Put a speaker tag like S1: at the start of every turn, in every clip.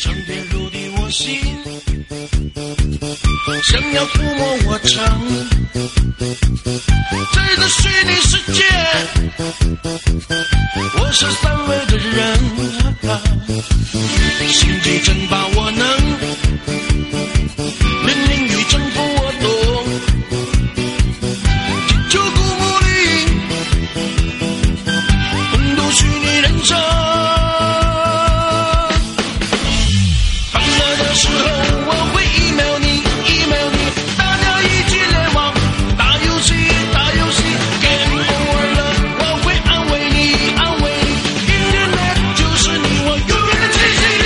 S1: 长遍入你我心，想要触摸我肠，在这虚拟世界，我是三维的人，心机真把我能，人淋雨征服我懂，就古墓丽影。共度虚拟人生。欢乐的时候，我会 email 你，email 你，大家一起联网，打游戏，打游戏，game over 了，我会安慰你，安慰你，internet 就是你我永远的栖息地。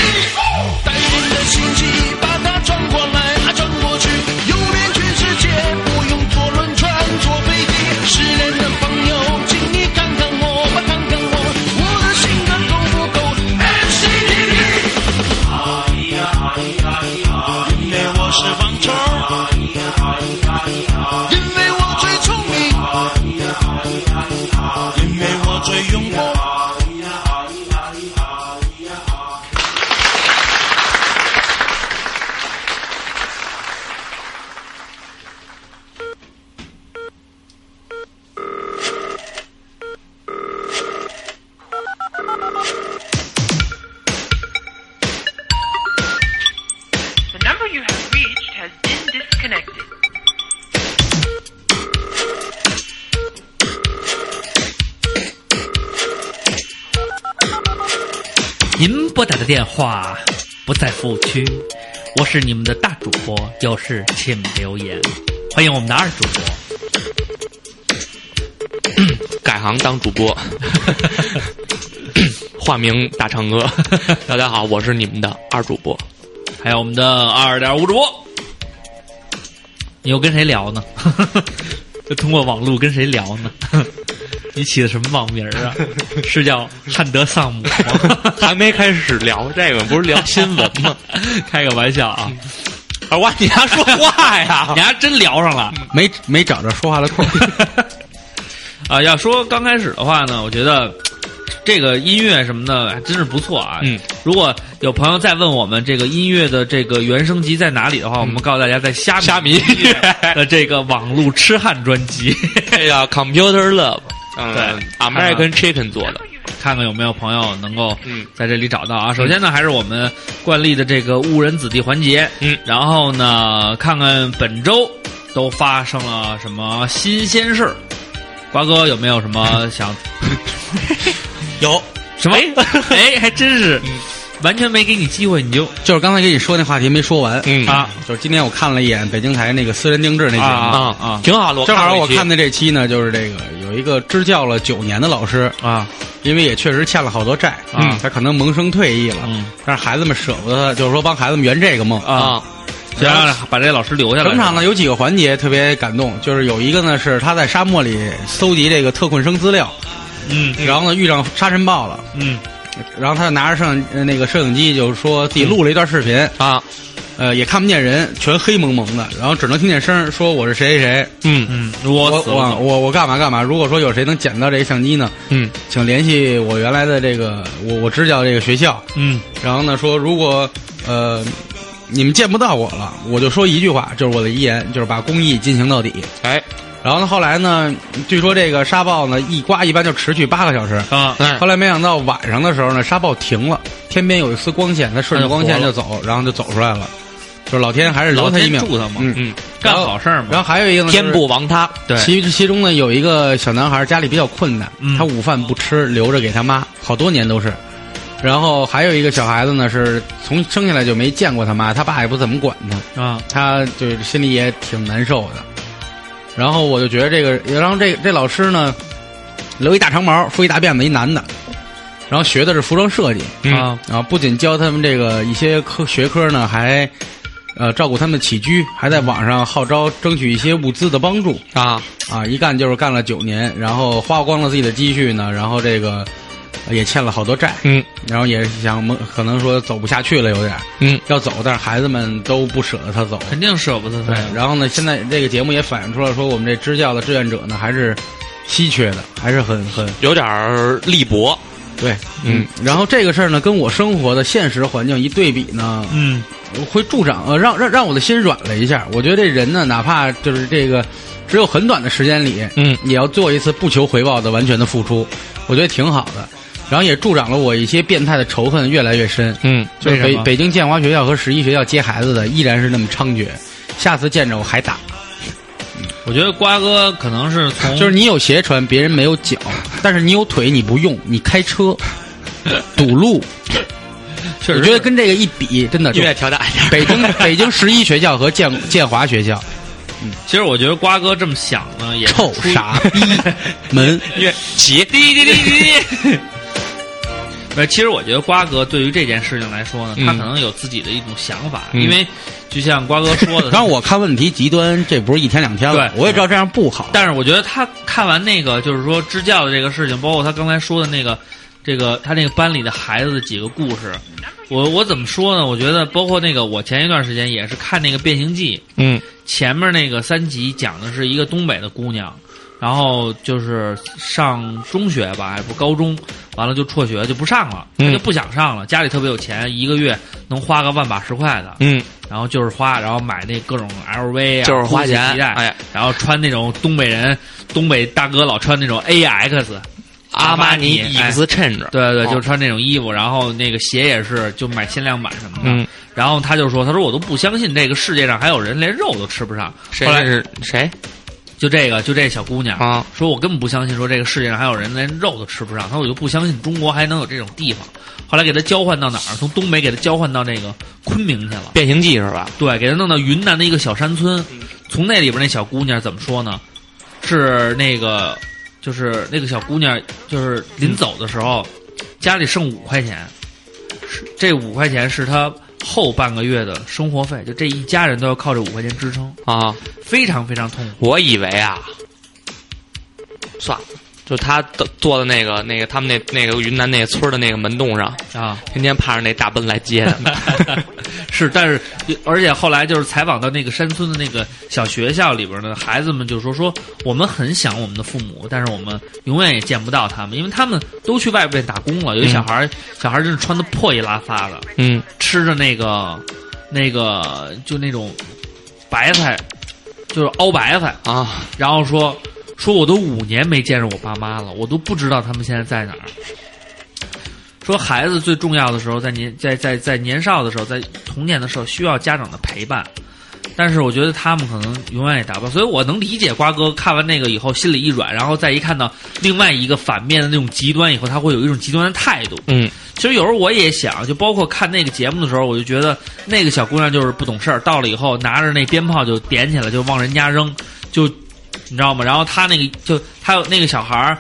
S1: 带你的心机，把它转过来，啊转过去，游遍全世界，不用坐轮船，坐飞机。失恋的朋友，请你看看我吧，看看我，我的心肝够不够？MCTV。因为我是方舟，因为我最聪明，因为我最勇猛。
S2: The number you have reached has been disconnected.
S3: 您拨打的电话不在服务区，我是你们的大主播，有事请留言。欢迎我们的二主播，
S4: 改行当主播， 化名大唱 歌。大家好，我是你们的二主播。
S3: 还有我们的二点五主播。你又跟谁聊呢？ 就通过网络跟谁聊呢？ 你起的什么网名儿啊？是叫汉德丧母吗？
S4: 还没开始聊这个，不是聊新闻吗？？
S3: 开个玩笑啊！
S4: 二瓜，你还说话呀
S3: 你？还真聊上了。
S5: 没没找着说话的空。
S3: 啊，要说刚开始的话呢，我觉得这个音乐什么的还真是不错啊。
S4: 嗯，
S3: 如果有朋友再问我们这个音乐的这个原声集在哪里的话，我们告诉大家在虾米
S4: 虾米音乐
S3: 的这个网路痴汉专辑，
S4: 这叫哎 Computer Love，嗯
S3: 对
S4: ，American Chicken 做的。
S3: 看看有没有朋友能够
S4: 嗯
S3: 在这里找到啊。首先呢，还是我们惯例的这个误人子弟环节。
S4: 嗯
S3: 然后呢，看看本周都发生了什么新鲜事儿。瓜哥有没有什么想
S4: 有嗯
S3: 什么？ 哎，还真是，完全没给你机会，你就
S5: 就是刚才跟你说那话题没说完，
S4: 嗯
S3: 啊
S5: 就是今天我看了一眼北京台那个私人定制那节目，
S3: 啊
S4: 啊，挺好的。
S5: 正好我看
S4: 的
S5: 的这期呢，就是这个有一个支教了九年的老师，
S4: 嗯
S3: 啊，
S5: 因为也确实欠了好多债啊
S3: 嗯
S5: 他可能萌生退役了，
S3: 嗯
S5: 但是孩子们舍不得他，就是说帮孩子们圆这个梦。
S4: 啊，
S3: 想让把这老师留下来。
S5: 整场呢有几个环节特别感动，就是有一个呢是他在沙漠里搜集这个特困生资料，
S3: 嗯
S5: 然后呢遇上沙尘暴了，
S3: 嗯
S5: 然后他就拿着摄影那个摄影机，就是说自己录了一段视频，
S4: 啊，
S5: 呃，也看不见人，全黑蒙蒙的，然后只能听见声儿，说我是谁谁谁，
S4: 嗯
S3: 嗯，我
S5: 我
S3: 死
S5: 我
S3: 了，
S5: 我我干嘛干嘛。如果说有谁能捡到这相机呢，
S4: 嗯
S5: 请联系我原来的这个我我支教这个学校。
S3: 嗯
S5: 然后呢，说如果呃你们见不到我了，我就说一句话，就是我的遗言，就是把公益进行到底。
S4: 哎
S5: 然后呢，后来呢，据说这个沙暴呢一刮一般就持续八个小时。
S3: 啊
S4: 哎
S5: 后来没想到晚上的时候呢，沙暴停了，天边有一丝光线，它顺着光线就走，然后就走出来了。就是老天还是留
S3: 老
S5: 他一
S3: 天
S5: 命，
S3: 助他嘛，
S5: 嗯，
S4: 嗯，
S3: 干好事儿
S5: 然
S3: 嘛。
S5: 后还有一个呢，
S4: 天不亡他，
S3: 对
S5: 其其中呢有一个小男孩家里比较困难，
S3: 嗯
S5: 他午饭不吃，留着给他妈，好多年都是。然后还有一个小孩子呢，是从生下来就没见过他妈，他爸也不怎么管他，
S3: 啊，
S5: 他就是心里也挺难受的。然后我就觉得这个，然后这这老师呢，留一大长毛，梳一大辫子，一男的，然后学的是服装设计，
S4: 嗯
S3: 啊
S5: 啊，不仅教他们这个一些科学科呢，还呃照顾他们的起居，还在网上号召争取一些物资的帮助
S4: 啊，
S5: 啊！一干就是干了九年，然后花光了自己的积蓄呢，然后这个呃也欠了好多债，
S4: 嗯
S5: 然后也想蒙可能说走不下去了，有点儿
S4: 嗯
S5: 要走，但是孩子们都不舍得他走。
S3: 肯定舍不得他
S5: 对
S3: 呀，。
S5: 然后呢，现在这个节目也反映出了说我们这支教的志愿者呢还是稀缺的，还是很很
S4: 有点儿力薄，
S5: 对，
S4: 嗯，
S5: 然后这个事儿呢，跟我生活的现实环境一对比呢，
S3: 嗯
S5: 会助长呃，让让让我的心软了一下。我觉得这人呢，哪怕就是这个只有很短的时间里，
S4: 嗯，
S5: 也要做一次不求回报的完全的付出，我觉得挺好的。然后也助长了我一些变态的仇恨越来越深。
S4: 嗯，
S5: 就
S3: 为
S5: 是北
S3: 什么
S5: 北京建华学校和十一学校接孩子的依然是那么猖獗，下次见着我还打。
S3: 我觉得瓜哥可能是从
S5: 就是你有鞋穿，别人没有 脚，但是你有腿你不用，你开车堵 路，
S3: 确
S5: 我
S3: 实
S5: 觉得跟这个一比，真的就
S4: 音乐调大一点。
S5: 北 京北京十一学校和建建华学校
S3: 其实我觉得瓜哥这么想呢，也是
S5: 臭
S3: 出于
S5: 傻 逼门，
S4: 音乐起，滴滴滴滴。
S3: 呃，其实我觉得瓜哥对于这件事情来说呢，
S4: 嗯
S3: 他可能有自己的一种想法，
S4: 嗯
S3: 因为就像瓜哥说 的，
S5: 然后我看问题极端，这不是一天两天了，
S3: 对
S5: 我也知道这样不好，
S3: 但是我觉得他看完那个，就是说支教的这个事情，包括他刚才说的那个，这个他那个班里的孩子的几个故事，我我怎么说呢？我觉得包括那个，我前一段时间也是看那个《变形记》，
S4: 嗯
S3: 前面那个三集讲的是一个东北的姑娘，然后就是上中学吧，还不高中，完了就辍学就不上了，她
S4: 嗯
S3: 就不想上了，家里特别有钱，一个月能花个万把十块的，
S4: 嗯，
S3: 然后就是花，然后买那各种 LV 啊，
S4: 就是花钱
S3: Gucci 皮带
S4: 哎
S3: 然后穿那种东北人、东北大哥老穿那种 AX，
S4: 阿玛尼
S3: 哎
S4: 伊布斯衬着。
S3: 对对对，
S4: 哦
S3: 就穿那种衣服，然后那个鞋也是就买限量版什么的。
S4: 嗯，
S3: 然后他就说：“他说我都不相信这个世界上还有人连肉都吃不上。”
S4: 谁
S3: 后来
S4: 是谁
S3: 就这个就这小姑娘
S4: 啊？
S3: 说我根本不相信，说这个世界上还有人连肉都吃不上。他说我就不相信中国还能有这种地方。后来给他交换到哪儿？从东北给他交换到那个昆明去了。
S4: 变形记是吧？
S3: 对，给他弄到云南的一个小山村，从那里边那小姑娘怎么说呢？是那个，就是那个小姑娘，就是临走的时候，家里剩五块钱，是这五块钱是她后半个月的生活费，就这一家人都要靠这五块钱支撑，
S4: 啊，
S3: 非常非常痛苦。
S4: 我以为啊，算了，就他的坐的那个那个他们那那个云南那个村的那个门洞上，
S3: 啊，
S4: 天天盼着那大奔来接 他们。
S3: 是，但是而且后来就是采访到那个山村的那个小学校里边呢，孩子们就说说我们很想我们的父母，但是我们永远也见不到他们，因为他们都去外边打工了。有一小孩儿，小孩儿真是穿的破衣拉撒的，
S4: 嗯
S3: 吃着那个那个就那种白菜，就是熬白菜，
S4: 啊，
S3: 然后说说我都五年没见着我爸妈了，我都不知道他们现在在哪儿。说孩子最重要的时候，在年在在在年少的时候，在童年的时候，需要家长的陪伴。但是我觉得他们可能永远也达不到，所以我能理解瓜哥看完那个以后心里一软，然后再一看到另外一个反面的那种极端以后，他会有一种极端的态度。
S4: 嗯
S3: 其实有时候我也想，就包括看那个节目的时候，我就觉得那个小姑娘就是不懂事儿，到了以后拿着那鞭炮就点起来，就往人家扔，就你知道吗？然后她那个就她有那个小孩儿。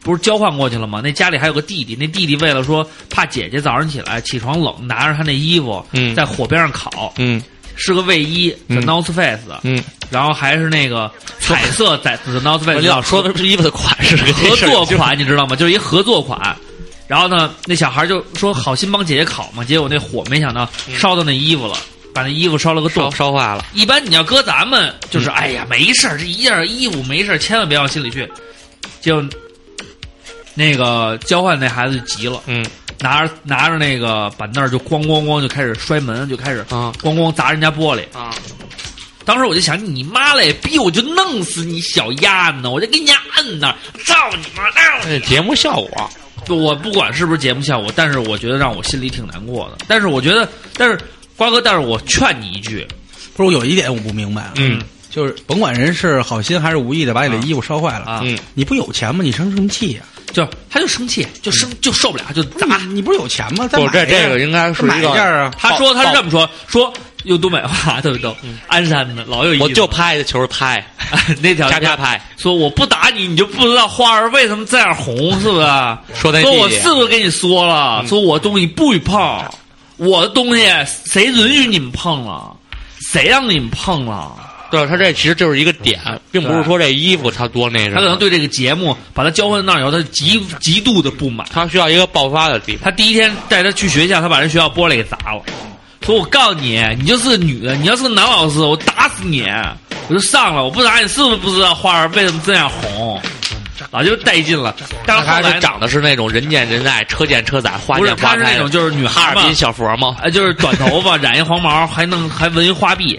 S3: 不是交换过去了吗？那家里还有个弟弟，那弟弟为了说怕姐姐早上起来起床冷，拿着她那衣服
S4: 嗯
S3: 在火边上烤，
S4: 嗯
S3: 是个卫衣，The
S4: 嗯
S3: North Face，的
S4: 嗯，
S3: 然后还是那个彩色在 The North
S4: 我
S3: Face
S4: 老说的是衣服的款式，
S3: 合作款，你知道吗？就是一合作款。然后呢，那小孩就说好心帮姐姐烤嘛，结果那火没想到烧到那衣服了，把那衣服烧了个
S4: 嗯烧嗯
S3: 洞。
S4: 烧坏了。
S3: 一般你要搁咱们，就是、哎呀没事儿，这一件衣服没事儿，千万别往心里去。结果那个交换那孩子就急了，
S4: 嗯
S3: 拿着拿着那个板凳儿就咣咣咣就开始摔门，就开始
S4: 啊
S3: 咣咣砸人家玻璃。
S4: 啊，
S3: 当时我就想，你妈嘞，逼我就弄死你小丫呢，我就给你家摁那儿，操你妈！操你
S4: 这节目效果，
S3: 我不管是不是节目效果，但是我觉得让我心里挺难过的。但是我觉得，但是瓜哥，但是我劝你一句，
S5: 不是我有一点我不明白啊，
S4: 嗯
S5: 就是甭管人是好心还是无意的把你的衣服烧坏了
S3: 啊
S4: 嗯
S5: 你不有钱吗？你生什么气呀、
S3: 就是他就生气，就生就受不了，就砸。
S5: 你不是有钱吗？再
S4: 不
S5: 买
S4: 这
S5: 一件
S4: 这个应该
S5: 再
S4: 是
S5: 买
S4: 一
S5: 一
S4: 个
S5: 件儿啊，
S3: 他说
S4: 爆
S3: 他是这么说，说用东北话特别逗，鞍山的老有意思了，
S4: 我就拍的球是拍，
S3: 那条
S4: 加
S3: 街
S4: 加拍，
S3: 说我不打你，你就不知道花儿为什么这样红，是不是？
S4: 说
S3: 说
S4: 那弟
S3: 我
S4: 弟啊嗯
S3: 是不是跟你说了？说我东西不许碰，我的东西谁允许你们碰了？谁让你们碰了？
S4: 对他这其实就是一个点，并不是说这衣服他多那什么，
S3: 他可能对这个节目把他交换到那儿以后，他极极度的不满。
S4: 他需要一个爆发的地方。
S3: 他第一天带他去学校，他把人学校玻璃给砸了，说：“我告诉你，你就是个女的，你要是个男老师，我打死你！我就上了，我不打你是不是不知道花儿为什么这样红？早就带劲了。但是后
S4: 他
S3: 来
S4: 就
S3: 呢
S4: 长得是那种人见人爱、车见车载、花
S3: 不是
S4: 见花
S3: 他是
S4: 开
S3: 那
S4: 的
S3: 种就是女孩儿
S4: 哈尔
S3: 嘛，
S4: 滨小佛嘛，
S3: 哎，就是短头发，染一黄毛，还弄还纹一花臂，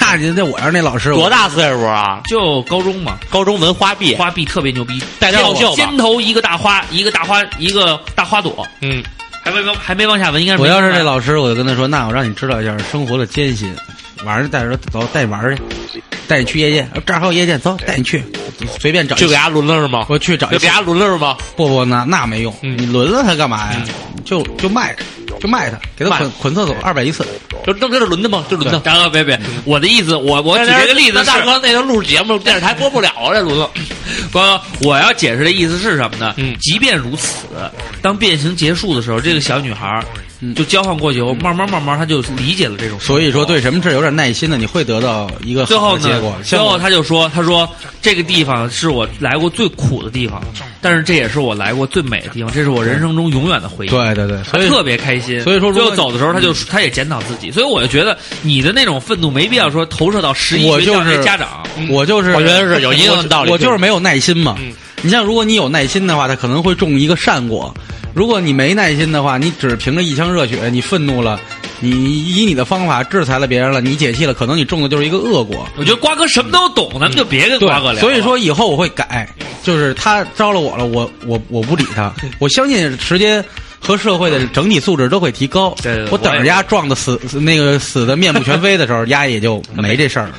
S5: 那你那我要是那老师，
S6: 多
S5: 我
S6: 大岁数啊？
S3: 就高中嘛，
S6: 高中文花臂，
S3: 花臂特别牛逼，
S6: 带
S3: 尖
S6: 吊袖吧
S3: 尖头一个大花，一个大花，一个大花朵，
S4: 嗯，
S3: 还没往还没往下纹，应该是
S5: 我
S3: 没
S5: 要是
S3: 纹
S5: 那老师，我就跟他说，那我让你知道一下生活的艰辛。晚上带着走，带你玩儿去，带你去夜店，呃这儿还有夜店，走，带你去，随便找一
S4: 就给他轮轮吗？
S5: 我去找一
S4: 就给他轮轮吗？
S5: 不不，那那没用，
S4: 嗯
S5: 你轮了他干嘛呀？就就卖，就卖他，给他
S4: 卖
S5: 捆捆厕所二百一次。
S4: 就弄这是轮的吗？这轮的。
S3: 大哥，别别，我的意思，我我举这个例子
S4: 那
S3: 是，
S4: 大哥，那个录节目电视台播不了啊，这轮子。
S3: 哥， 我要解释的意思是什么呢？
S4: 嗯
S3: 即便如此，当变形结束的时候，这个小女孩儿
S4: 嗯
S3: 就交换过去后，慢慢慢慢，她就理解了这种生活。
S5: 所以说，对什么事儿有点耐心的，你会得到一个
S3: 哦最
S5: 好
S3: 后
S5: 的结果
S3: 呢，。最
S5: 像我
S3: 后她就说：“她说这个地方是我来过最苦的地方，但是这也是我来过最美的地方，这是我人生中永远的回忆。”
S5: 对对对，
S3: 她
S5: 所以
S3: 特别开心，
S5: 所以说如
S3: 最
S5: 果嗯
S3: 后走的时候，她就她也检讨自己，所以我就觉得你的那种愤怒没必要说投射到十一
S5: 我
S3: 学校
S5: 就是
S3: 这家长，
S5: 我就是
S4: 嗯我觉得是有一定的道理嗯
S5: 我就是没有耐心嘛。你像如果你有耐心的话，他可能会种一个善果；如果你没耐心的话，你只凭着一腔热血，你愤怒了，你你以你的方法制裁了别人了，你解气了，可能你种的就是一个恶果。
S3: 我觉得瓜哥什么都懂，咱们就别跟
S5: 对
S3: 瓜哥聊了。
S5: 所以说以后我会改，就是他招了我了，我我我不理他，
S4: 嗯
S5: 我相信时间。和社会的整体素质都会提高。
S3: 对对对
S5: 我等
S3: 我
S5: 着
S3: 也
S5: 丫撞的死死那个死的面目全非 的时候，丫也就没这事儿了。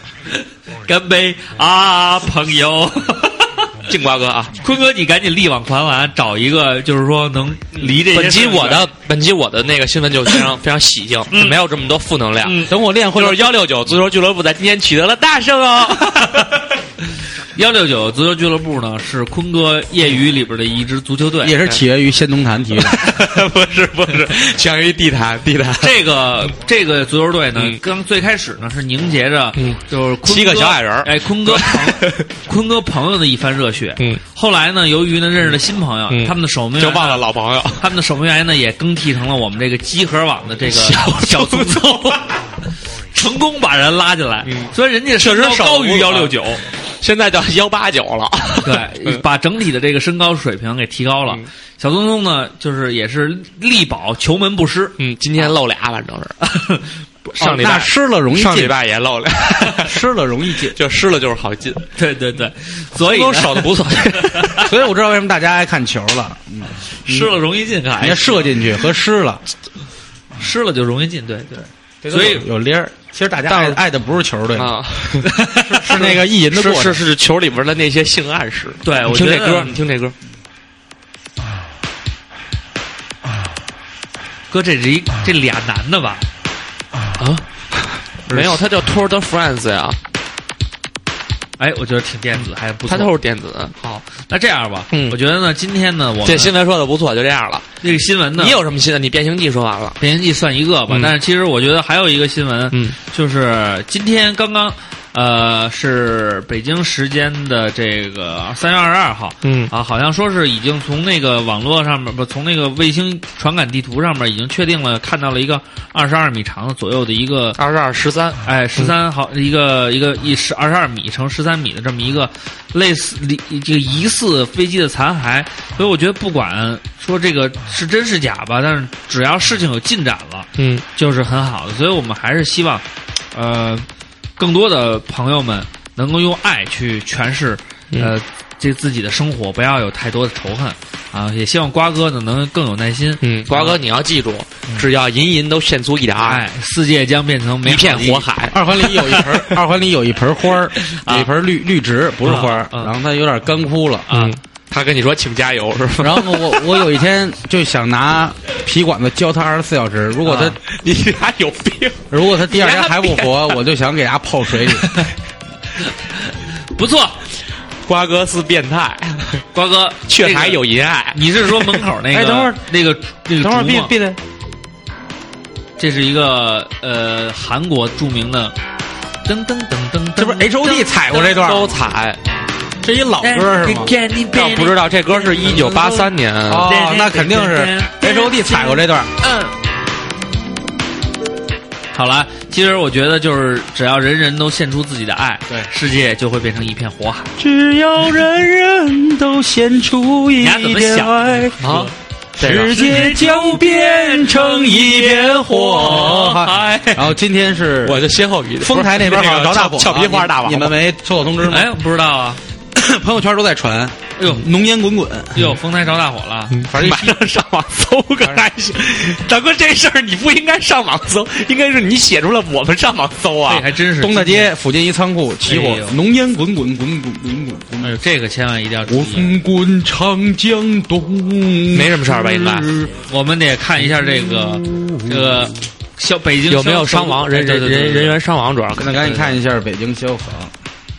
S3: 干杯啊，朋友！
S4: 敬瓜哥啊，
S3: 坤哥，你赶紧力挽狂澜，找一个就是说能离这些
S4: 本期
S3: 事儿
S4: 我
S3: 远
S4: 的本期我的那个新闻就非常非常喜庆，没有这么多负能量。
S5: 等我练
S4: 嗯
S5: 会
S4: 就
S5: 了
S4: 是幺六九足球俱乐部在今天取得了大胜 哦。
S3: 幺六九足球俱乐部呢，是坤哥业余里边的一支足球队。
S5: 也是起源于仙农坛体育场。
S4: 不是不是，相当于地坛地坛。
S3: 这个这个足球队呢，
S4: 嗯
S3: 刚最开始呢是凝结着，
S4: 嗯
S3: 就是坤哥
S4: 七个小矮人儿
S3: 哎，坤哥 朋坤哥朋友的一番热血。
S4: 嗯，
S3: 后来呢，由于呢认识了新朋友，
S4: 嗯
S3: 他们的守门员
S4: 就
S3: 呢
S4: 忘了老朋友。
S3: 他们的守门员呢也更替成了我们这个集合网的这个
S4: 小
S3: 小聪聪， 成功把人拉进来。
S4: 嗯
S3: 所以人家身
S4: 确
S3: 高
S4: 实手
S3: 高于
S4: 不
S3: 幺
S4: 啊
S3: 六九，
S4: 现在叫幺八九了。
S3: 对，把整体的这个身高水平给提高了。
S4: 嗯
S3: 小聪聪呢，就是也是力保球门不失。
S4: 嗯，今天漏俩，反正是 哦上礼
S5: 哦那
S4: 拜
S5: 湿了容易
S4: 上礼
S5: 进，
S4: 拜也漏俩，
S5: 湿了容易进。
S4: 就失了就是好进，
S3: 对对对，所以
S4: 都
S3: 呢
S4: 守的不 错。
S5: 所以我知道为什么大家爱看球了，
S3: 失了容易进，看
S5: 人
S3: 哎
S5: 家射进去和湿了，
S3: 失了就容易进，对对。所以
S5: 有理儿。其实大家
S4: 但
S5: 爱
S4: 是
S5: 爱的不是球队，
S4: 啊，
S5: 是那个意淫的
S4: 是
S5: 过程。
S4: 是是球里边的那些性暗示。
S3: 对我
S4: 你听
S3: 觉
S4: 这
S3: 得
S4: 歌，你听这歌，
S3: 哥，这是一这俩男的吧？
S4: 没有，它叫 Tour de France 呀，
S3: 哎，我觉得挺电子，还不错。
S4: 它就是电子。
S3: 好，那这样吧，
S4: 嗯
S3: 我觉得呢，今天呢，我们
S4: 这新闻说的不错，就这样了。
S3: 这个新闻呢，
S4: 你有什么新的？你变形记说完了。
S3: 变形记算一个吧，
S4: 嗯
S3: 但是其实我觉得还有一个新闻，
S4: 嗯
S3: 就是今天刚刚，呃，是北京时间的这个三月二十二号。
S4: 嗯
S3: 啊，好像说是已经从那个网络上面，不从那个卫星传感地图上面已经确定了，看到了一个二十二米长的左右的一个，
S4: 二十二十三，
S3: 哎，十
S4: 嗯
S3: 三毫一个一个一十二十二米乘十三米的这么一个类似离这个疑似飞机的残骸，所以我觉得不管说这个是真是假吧，但是只要事情有进展了，
S4: 嗯，
S3: 就是很好的，所以我们还是希望，呃，更多的朋友们能够用爱去诠释，
S4: 嗯
S3: 呃，这自己的生活，不要有太多的仇恨啊！也希望瓜哥呢能更有耐心，
S4: 嗯，瓜哥，你要记住，
S5: 嗯
S4: 只要银银都献出一点爱，
S3: 哎，世界将变成美
S4: 一
S3: 好
S4: 片
S3: 的
S4: 火。海。
S5: 二环里有一盆儿，二环里有一盆花儿，有一盆绿绿植，不是花儿
S3: 啊，啊
S5: 然后它有点干枯了。
S3: 啊
S4: 嗯，他跟你说请加油是吧？
S5: 然后我我有一天就想拿皮管子浇它二十四小时，如果它
S3: 啊
S4: 你俩有病。
S5: 如果它第二天
S4: 你还
S5: 还不活，我就想给它泡水里。
S3: 不错，
S4: 瓜哥是变 态，
S3: 瓜哥，
S4: 却
S3: 这个
S4: 还有银爱。
S3: 你是说门口那个？
S5: 哎等会儿，
S3: 那个那个
S5: 等会儿
S3: 竹
S5: 闭
S3: 吗
S5: 闭嘴，
S3: 这是一个呃韩国著名的噔噔噔噔噔，哦
S5: 这不是 H O T 踩过这段
S4: 都
S5: 儿吗？哎
S4: 踩，
S5: 这一老歌是吗？
S4: 要不知道这歌是一九八三年，
S5: 哦嗯哦，那肯定是 H O T 踩过这段儿。
S3: 嗯。好了，其实我觉得就是只要人人都献出自己的爱，
S5: 对
S3: 世界就会变成一片火海。
S5: 只要人人都献出一
S3: 你俩怎么
S5: 点
S3: 想
S5: 爱，
S4: 啊，这
S5: 世
S4: 个
S5: 界将变成一片火海
S3: 嗨。
S5: 然后今天是
S4: 我就歇后语，
S5: 丰台那边好像着大火，
S4: 俏皮花大王，
S5: 你们没收到通知吗？
S3: 哎，不知道啊，
S5: 朋友圈都在传，
S3: 哎呦
S5: 浓烟滚滚。
S3: 哟，丰台着大火了，
S5: 反正
S4: 马上上网搜个还行。大哥，这事儿你不应该上网搜，应该是你写出来，我们上网搜啊
S3: 这。还真是
S5: 哎东大。街附近一仓库起火
S3: 哎呦，
S5: 浓烟滚滚滚滚滚滚
S3: 哎
S5: 滚。
S3: 呦，这个千万一定要注意。
S5: 滚滚长江东， 没
S4: 什么事儿吧应该
S3: 嗯我们得看一下这个这个消北京
S4: 有没有
S3: 消
S4: 伤亡
S3: 哎
S4: 人
S3: 对
S4: 人
S3: 对对对
S4: 人人员伤亡？主要
S5: 那赶紧看一下北京消防。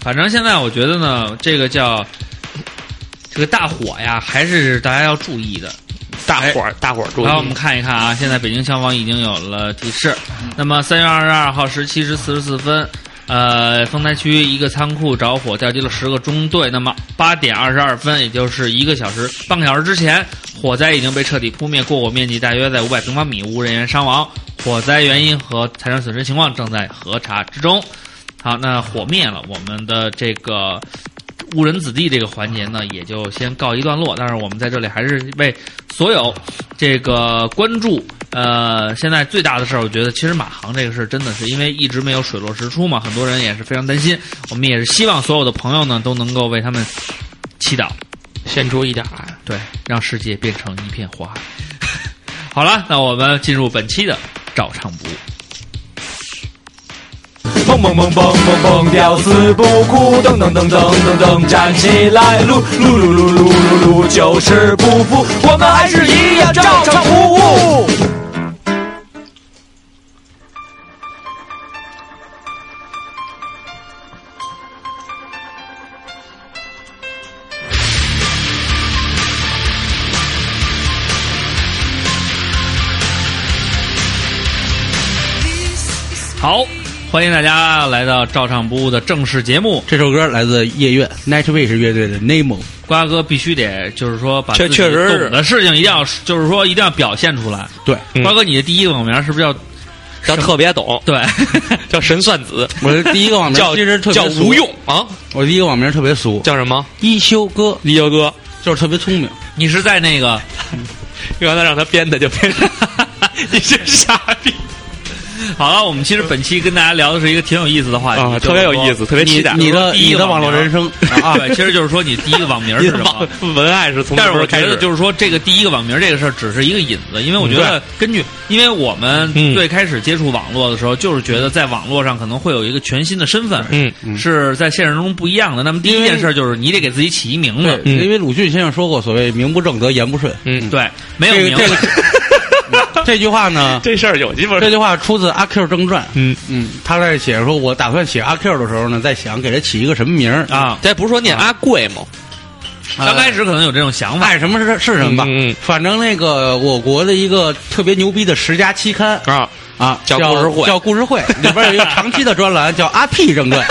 S3: 反正现在我觉得呢，这个叫这个大火呀，还是大家要注意的。
S4: 大伙儿大伙儿注
S3: 然后我们
S4: 意。
S3: 看一看啊，现在北京消防已经有了提示。那么三月二十二号十七时四十四分，呃，丰台区一个仓库着火，调集了十个中队。那么八点二十二分，也就是一个小时、半个小时之前，火灾已经被彻底扑灭，过火面积大约在五百平方米，无人员伤亡。火灾原因和财产损失情况正在核查之中。好，那火灭了，我们的这个误人子弟这个环节呢，也就先告一段落。但是我们在这里还是为所有这个关注，呃，现在最大的事儿，我觉得其实马航这个事儿真的是因为一直没有水落石出嘛，很多人也是非常担心。我们也是希望所有的朋友呢都能够为他们祈祷，
S4: 献出一点爱。
S3: 对，让世界变成一片火海。好了，那我们进入本期的照唱不误。
S6: 蹦蹦蹦蹦蹦蹦，屌丝不哭，噔噔噔噔噔噔，站起来，撸撸撸撸撸撸撸，就是不服，我们还是一样照常服务。
S3: 好，欢迎大家来到照唱不误的正式节目。
S5: 这首歌来自夜愿 Nightwish 乐队的《Nemo》。
S3: 瓜哥必须得就是说把
S4: 确
S3: 自己
S4: 确实是
S3: 懂的事情一定要就是说一定要表现出来。
S5: 对，
S4: 嗯
S3: 瓜哥，你的第一个网名是不是叫
S4: 叫特别懂，
S3: 对？
S4: 叫神算子，
S5: 我的第一个网名
S4: 叫
S5: 其实特别
S4: 叫
S5: 俗
S4: 无，用啊，
S5: 我第一个网名特别俗，
S4: 叫什么？
S5: 一休哥，
S4: 一休哥，
S5: 就是特别聪明。
S3: 你是在那个
S4: 原来让他编的就编成， 你这傻 逼
S3: 好了？我们其实本期跟大家聊的是一个挺有意思的话题，
S4: 啊，
S3: 就是
S4: 特别有意思，特别期待。
S5: 你的
S3: 第一
S5: 你
S3: 个
S5: 的网络
S3: 网名
S5: 人生
S3: 说。
S5: 啊，
S3: 对，其实就是说你第一个网名是 什么？
S4: 网文案是从
S3: 但
S4: 什
S3: 是
S4: 么时
S3: 我觉
S4: 候开始
S3: 得就是说，这个第一个网名这个事儿只是一个引子，因为我觉得根据，因为我们
S4: 嗯
S3: 最开始接触网络的时候，就是觉得在网络上可能会有一个全新的身份，
S4: 嗯
S3: 是在现实中不一样的。那么第一件事就是你得给自己起一名
S5: 对
S3: 字，，
S4: 嗯
S5: 因为鲁迅先生说过，所谓名不正则言不顺。
S4: 嗯，
S3: 对，没有
S5: 这
S3: 名
S5: 个这
S3: 字，
S5: 个这句话呢，
S4: 这事儿有鸡巴
S5: 这句话出自《阿 Q 正传》。
S4: 嗯
S5: 嗯，他在写说，我打算写阿 Q 的时候呢，在想给他起一个什么名儿。
S3: 啊，
S4: 这不是说念阿贵吗？
S3: 刚开始可能有这种想法
S4: 哎
S5: 爱什么是是什么吧。
S4: 嗯嗯
S5: 反正那个我国的一个特别牛逼的十佳期刊
S4: 啊，
S5: 啊，
S4: 叫
S5: 叫
S4: 故事会
S5: 叫故事会里边有一个长期的专栏叫《阿 P 正传》，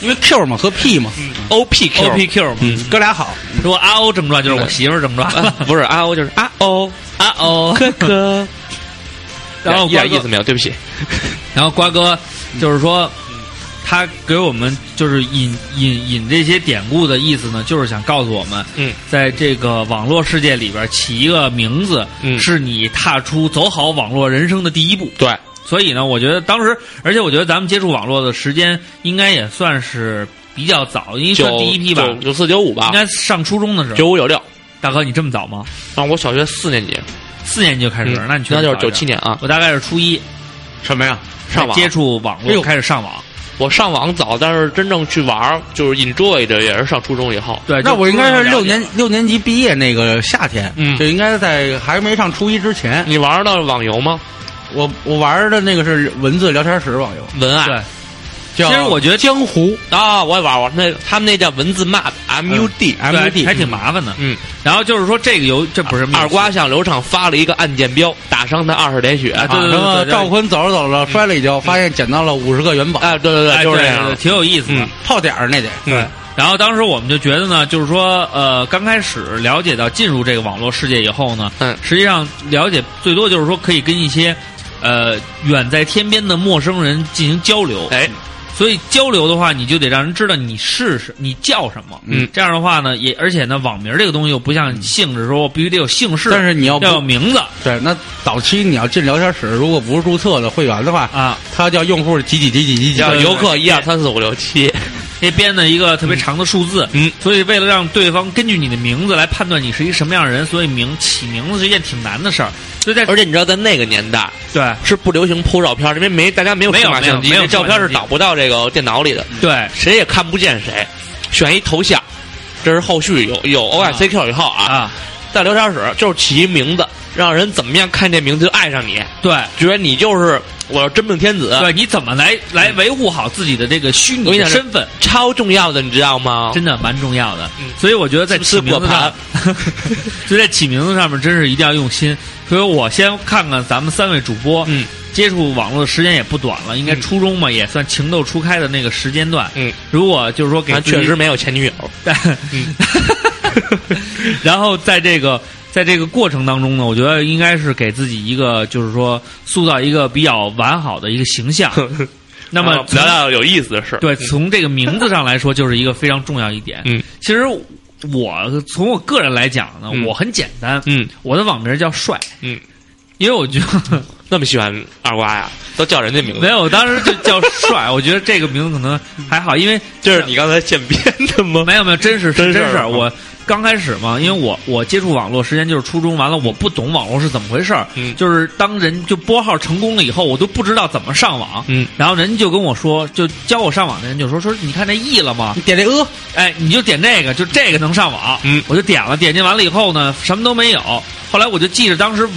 S5: 因为 Q 嘛和 P 嘛，
S4: O P Q 嗯
S3: ，O P Q 嘛，
S5: 哥俩好。
S3: 如果阿欧正传就是我媳妇儿正传，
S4: 啊 不是阿欧就是阿欧，
S3: 阿欧，
S4: 呵呵，
S3: 哦啊 然后
S4: 一点
S3: 瓜
S4: 意
S3: 哥
S4: 思没有，对不起，
S3: 然后瓜哥就是说，他给我们就是引引引这些典故的意思呢，就是想告诉我们，
S4: 嗯，
S3: 在这个网络世界里边起一个名字，
S4: 嗯
S3: 是你踏出走好网络人生的第一步。
S4: 对，
S3: 所以呢，我觉得当时，而且我觉得咱们接触网络的时间应该也算是比较早，因为算
S4: 九
S3: 第一批吧，
S4: 九九四九五吧
S3: 应，该上初中的时候。
S4: 九五九六，
S3: 大哥，你这么早吗？
S4: 啊，我小学四年级，
S3: 四年级就开始，
S4: 嗯
S3: 那你确
S4: 那
S3: 实
S4: 就是
S3: 早一
S4: 九
S3: 点
S4: 七。年啊，
S3: 我大概是初一
S5: 什么呀？
S4: 上网
S3: 接触网
S5: 哎呦
S3: 络，开始上网。
S4: 我上网早，但是真正去玩儿就是 enjoy 的也是上初中以后，
S3: 对，
S5: 那
S3: 就
S5: 我应该
S3: 初中就
S5: 是六
S3: 了解
S5: 年六年级毕业那个夏天，
S4: 嗯
S5: 就应该在还没上初一之前。
S4: 你玩儿到网游吗？
S5: 我我玩的那个是文字聊天室网游，
S4: 文案
S3: 对，
S5: 叫
S3: 其实我觉得
S5: 江湖
S4: 啊，我也玩过，那他们那叫文字 map，M U D，
S5: M U
S3: 对
S5: D
S3: 还挺麻烦的。
S4: 嗯，
S3: 然后就是说这个游这不是
S4: 二瓜向刘畅发了一个按键镖，打伤他二十点血。
S3: 啊，
S5: 啊，
S3: 对对
S5: 然后
S3: 对，
S5: 赵坤走着走着摔了一跤，发现捡到了五十个元宝，
S4: 哎，对对对，就是
S3: 这
S4: 这
S3: 样，
S4: 样。
S3: 挺有意思的
S4: 嗯。
S5: 泡点儿那得。
S4: 对，
S3: 然后当时我们就觉得呢，就是说，呃，刚开始了解到进入这个网络世界以后呢，
S4: 嗯
S3: 实际上了解最多就是说可以跟一些呃远在天边的陌生人进行交流。
S4: 哎，
S3: 所以交流的话，你就得让人知道你是什，你叫什么。
S4: 嗯
S3: 这样的话呢，也而且呢，网名这个东西又不像姓氏说必须得有姓氏，
S5: 但是你要不
S3: 要有名字
S5: 对，那早期你要进聊天室，如果不是注册的会员的话，
S3: 啊，
S5: 他叫用户几几几几几几，
S4: 叫
S3: 对
S4: 哎游客一二三四五六 七，
S3: 也编的一个特别长的数字。
S4: 嗯，
S3: 所以为了让对方根据你的名字来判断你是一什么样的人，所以名起名字是一件挺难的事儿。所以在
S4: 而且你知嗯道，在那个年代
S3: 对
S4: 是不流行 p 照片，因为没大家没有
S3: 没有
S4: 数码
S3: 没有
S4: 相机，
S3: 没有
S4: 那照片是导不到这个电脑里的，
S3: 对，
S4: 谁也看不见谁，选一头像，这是后续有有 O I C Q 以后啊，
S3: 啊，
S4: 在聊天室就是起一名字，让人怎么样看这名字就爱上你，
S3: 对。
S4: 觉得你就是我是真命天子。
S3: 对，你怎么来来维护好自己的这个虚
S4: 我
S3: 拟
S4: 跟你
S3: 的
S4: 讲
S3: 身份，
S4: 超重要的，你知道吗？
S3: 真的蛮重要的
S4: 嗯。
S3: 所以我觉得在
S4: 是
S3: 起
S4: 不是
S3: 名字上， 所以在起名字上面真是一定要用心。所以我先看看咱们三位主播，
S4: 嗯
S3: 接触网络的时间也不短了，应该初中嘛，也算情窦初开的那个时间段。
S4: 嗯，
S3: 如果就是说给
S4: 咱
S3: 自己
S4: 确实嗯没有前女友。
S3: 但， 然后在这个在这个过程当中呢，我觉得应该是给自己一个，就是说塑造一个比较完好的一个形 象。那么
S4: 啊聊聊有意思的事儿。
S3: 对，从这个名字上来说，就是一个非常重要一点。
S4: 嗯，
S3: 其实我从我个人来讲呢，
S4: 嗯
S3: 我很简单，
S4: 嗯，
S3: 我的网名叫帅，
S4: 嗯，
S3: 因为我觉得
S4: 那么喜欢二瓜呀，都叫人家名
S3: 没
S4: 字，
S3: 有，我当时就叫帅，我觉得这个名字可能还好，因为
S4: 这是你刚才现编的吗？
S3: 没有没有，真是
S4: 真
S3: 是
S4: 事儿
S3: 真是
S4: 啊
S3: 我刚开始嘛，因为我我接触网络时间就是初中，完了我不懂网络是怎么回事儿，
S4: 嗯
S3: 就是当人就拨号成功了以后，我都不知道怎么上网，
S4: 嗯，
S3: 然后人家就跟我说，就教我上网的人就说说你看这 E 了吗？
S5: 你点这呃，
S3: 哎，你就点这个，就这个能上网。
S4: 嗯，
S3: 我就点了，点进完了以后呢，什么都没有。后来我就记着当时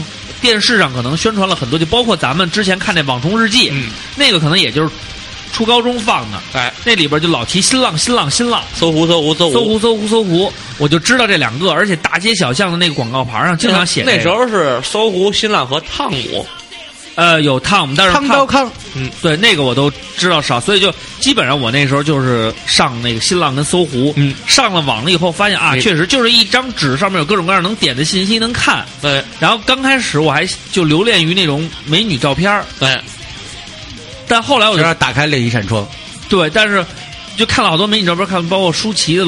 S3: 电视上可能宣传了很多，就包括咱们之前看那《网虫日记》
S4: 嗯，
S3: 那个可能也就是初高中放的，
S4: 哎，哦
S3: 那里边就老提新浪、新浪、新浪，
S4: 搜狐搜狐搜
S3: 搜
S4: 狐。
S3: 狐、搜狐、搜狐，我就知道这两个，而且大街小巷的那个广告牌上经常写、
S4: 那时，候是搜狐、新浪和汤姆，
S3: 呃，有汤姆，但是
S5: 康
S3: 汤
S5: 刀康，
S3: 嗯对那个我都知道少，所以就基本上我那时候就是上那个新浪跟搜狐，
S4: 嗯，
S3: 上了网了以后发现啊，
S4: 嗯
S3: 确实就是一张纸上面有各种各样能点的信息能看。
S4: 对
S3: 然后刚开始我还就留恋于那种美女照片儿，
S4: 对，
S3: 但后来我
S5: 就
S3: 就是
S5: 打开了一扇窗，
S3: 对，但是就看了好多美女照片，看包括舒淇的。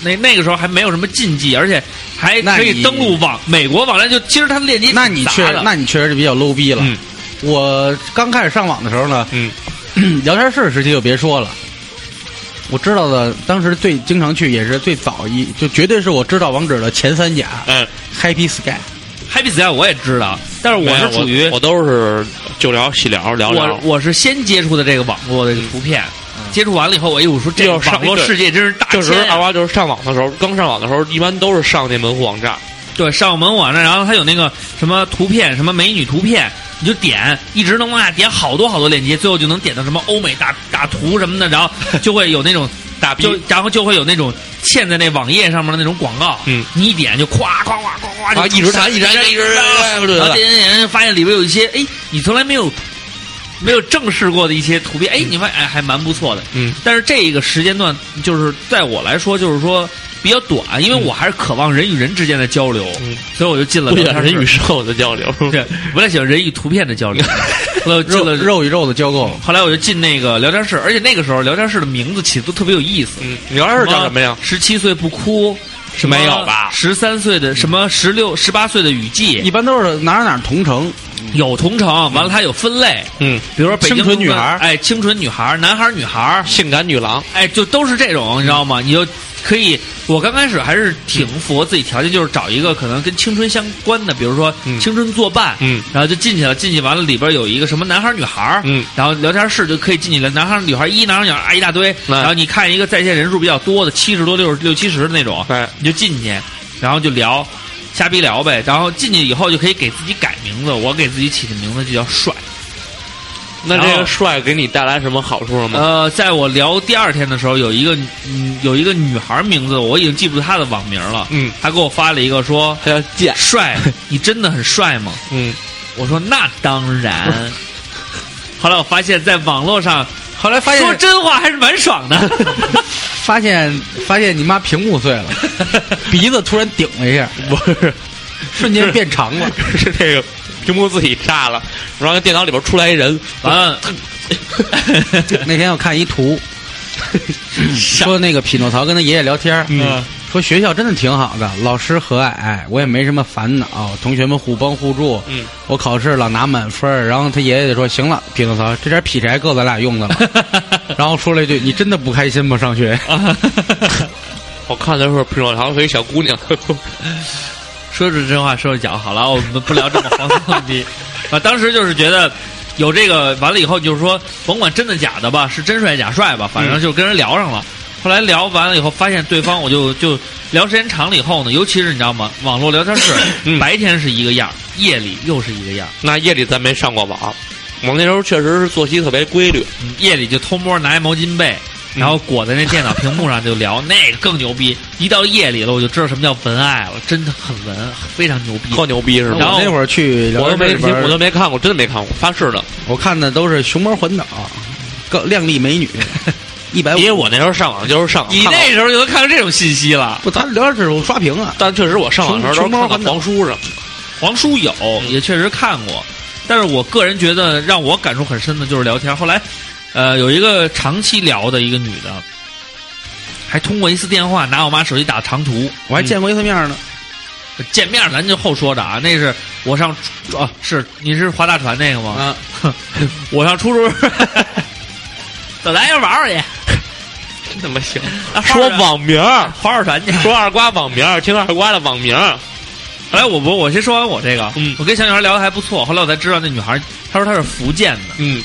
S3: 那那个时候还没有什么禁忌，而且还
S5: 那
S3: 可以
S5: 你
S3: 登录网美国网站，就其实它的链接
S5: 那
S3: 挺
S5: 你
S3: 杂
S5: 确
S3: 的
S5: 那你确实就比较 low 逼了。
S4: 嗯
S5: 我刚开始上网的时候呢，
S4: 嗯，
S5: 聊天室时期就别说了。我知道的，当时最经常去，也是最早一，就绝对是我知道网址的前三甲
S4: 嗯，
S5: ，Happy Sky。
S3: Happy Sky 我也知道，但是我
S4: 没有
S3: 是属于
S4: 哎我我都是就聊细聊聊聊
S3: 我，我是先接触的这个网络的图片，接触完了以后，哎呦，我说这个
S4: 就是上
S3: 网络世界真是大
S4: 这时候
S3: 千
S4: 二
S3: 啊！
S4: 瓜就是上网的时候，刚上网的时候，一般都是上那门户网站，
S3: 对，上门网站，然后它有那个什么图片，什么美女图片，你就点，一直能往下点好多好多链接，最后就能点到什么欧美大大图什么的，然 后就会有那种
S4: 大逼
S3: 就然后就会有那种嵌在那网页上面的那种广告，
S4: 嗯，
S3: 你一点就咵咵咵咵咵就
S4: 啊一直弹一直哎弹一直弹
S3: 然后点点点点发现里边有一些哎你从来没有没有正视过的一些图片，哎你发现哎还蛮不错的，
S4: 嗯，
S3: 但是这个时间段就是在我来说就是说比较短，因为我还是渴望人与人之间的交流，
S4: 嗯
S3: 所以我就进了
S4: 不喜欢
S3: 聊
S4: 人
S3: 天室
S4: 与兽的交流。
S3: 对，不太喜欢人与图片的 交流，后来我进
S5: 肉
S3: 了
S5: 肉与肉的交购，
S3: 后来我就进那个聊天室，而且那个时候聊天室的名字起的都特别有意思。
S4: 嗯，你聊天室叫什么呀？
S3: 十七岁不哭，什
S4: 没有吧嗯
S3: 十三岁的什么十六十八岁的雨
S5: 一
S3: 季，
S5: 般都是哪儿哪儿 同城，
S3: 有同城，完了它有分类，
S4: 嗯，
S3: 比如说北京
S5: 清纯女孩儿
S3: 哎，清纯女孩儿，男孩儿女孩儿，
S4: 性感女郎。
S3: 哎，就都是这种，你知道吗？你就可以，我刚开始还是挺
S4: 嗯
S3: 符合自己条件，就是找一个可能跟青春相关的，比如说
S4: 嗯
S3: 青春作伴，
S4: 嗯，
S3: 然后就进去了，进去完了里边有一个什么男孩儿女孩儿，
S4: 嗯，
S3: 然后聊天室就可以进去了，男孩儿女孩儿一，男孩儿女孩儿二一大堆，
S4: 哎
S3: 然后你看一个在线人数比较多的，七十多六六七十的那种，
S4: 哎，
S3: 你就进去，然后就聊，瞎逼聊呗，然后进去以后就可以给自己改名字，我给自己起的名字就叫帅。
S4: 那
S3: 然
S4: 这
S3: 后
S4: 个帅给你带来什么好处了吗？
S3: 呃，在我聊第二天的时候，有一个嗯，有一个女孩名字，我已经记不住她的网名了。
S4: 嗯，
S3: 她给我发了一个说
S4: 他要贱：“。
S3: 帅，你真的很帅吗
S4: 嗯，？”
S3: 我说：“那当然。”后来我发现，在网络上，后来发
S5: 现
S3: 说真话还是蛮爽的。
S5: 发现发现你妈屏幕碎了，鼻子突然顶了一下，
S4: 不是，
S5: 瞬间变长了。
S4: 是那个屏幕自己炸了，然后电脑里边出来一人，
S3: 完了，
S5: 那天我看一 图，说那个匹诺曹跟他爷爷聊天，
S3: 嗯，
S5: 说学校真的挺好的，老师和蔼，哎我也没什么烦恼，同学们互帮互助，
S4: 嗯，
S5: 我考试老拿满分儿，然后他爷爷就说：“行了，匹诺曹，这点劈柴够咱俩用的了。” 然后说了一句：“你真的不开心吗？上学
S4: 我看的时候，匹诺曹和一小姑娘，
S3: 说句真话，说句假话，好了，我们不聊这么黄色问 题啊。当时就是觉得有这个，完了以后就是说，甭管真的假的吧，是真帅假帅吧，反正就跟人聊上了。后来聊完了以后，发现对方，我就就聊时间长了以后呢，尤其是你知道吗？网络聊天 室，
S4: 嗯
S3: 白天是一个样儿，夜里又是一个样儿。
S4: 那夜里咱没上过网。我那时候确实是作息特别规律，
S3: 嗯夜里就偷摸拿一毛巾被，然后裹在那电脑屏幕上就聊， 那个更牛逼。一到夜里了，我就知道什么叫文爱了，真的很文，非常牛逼。
S4: 特牛逼是？”吧？
S5: 我
S3: 然后
S5: 那会儿去聊
S4: 我都
S5: 天
S4: 没
S5: 室里边儿
S4: 我都没看过，真的没看过，发誓的。
S5: 我看的都是熊猫 环岛，高靓丽美女，一百五
S4: 因。为哎我那时候上网就是上网
S3: 你
S4: 看过
S3: 那时候就能看到这种信息了。
S5: 不，咱聊天室我刷屏啊。
S4: 但确实我上网的时候
S5: 熊
S4: 都
S5: 猫
S4: 是看到黄书上，
S3: 黄书有，也确实看过，但是我个人觉得让我感触很深的就是聊天。后来，呃，有一个长期聊的一个女的，还通过一次电话拿我妈手机打长途。
S5: 我还见过一次面呢，
S3: 见面咱就后说的啊，那是我上初啊，是你是划大船那个吗？
S5: 啊，
S3: 嗯 我上初中， 走咱也玩玩 去，
S4: 真他妈行！
S3: 啊
S4: 说网名儿，
S3: 划划船去。
S4: 说二瓜网名儿，听二瓜的网名儿，
S3: 后来我不，我先说完我这个，
S4: 嗯
S3: 我跟小女孩聊的还不错。后来我才知道那女孩，她说她是福建的，
S4: 嗯，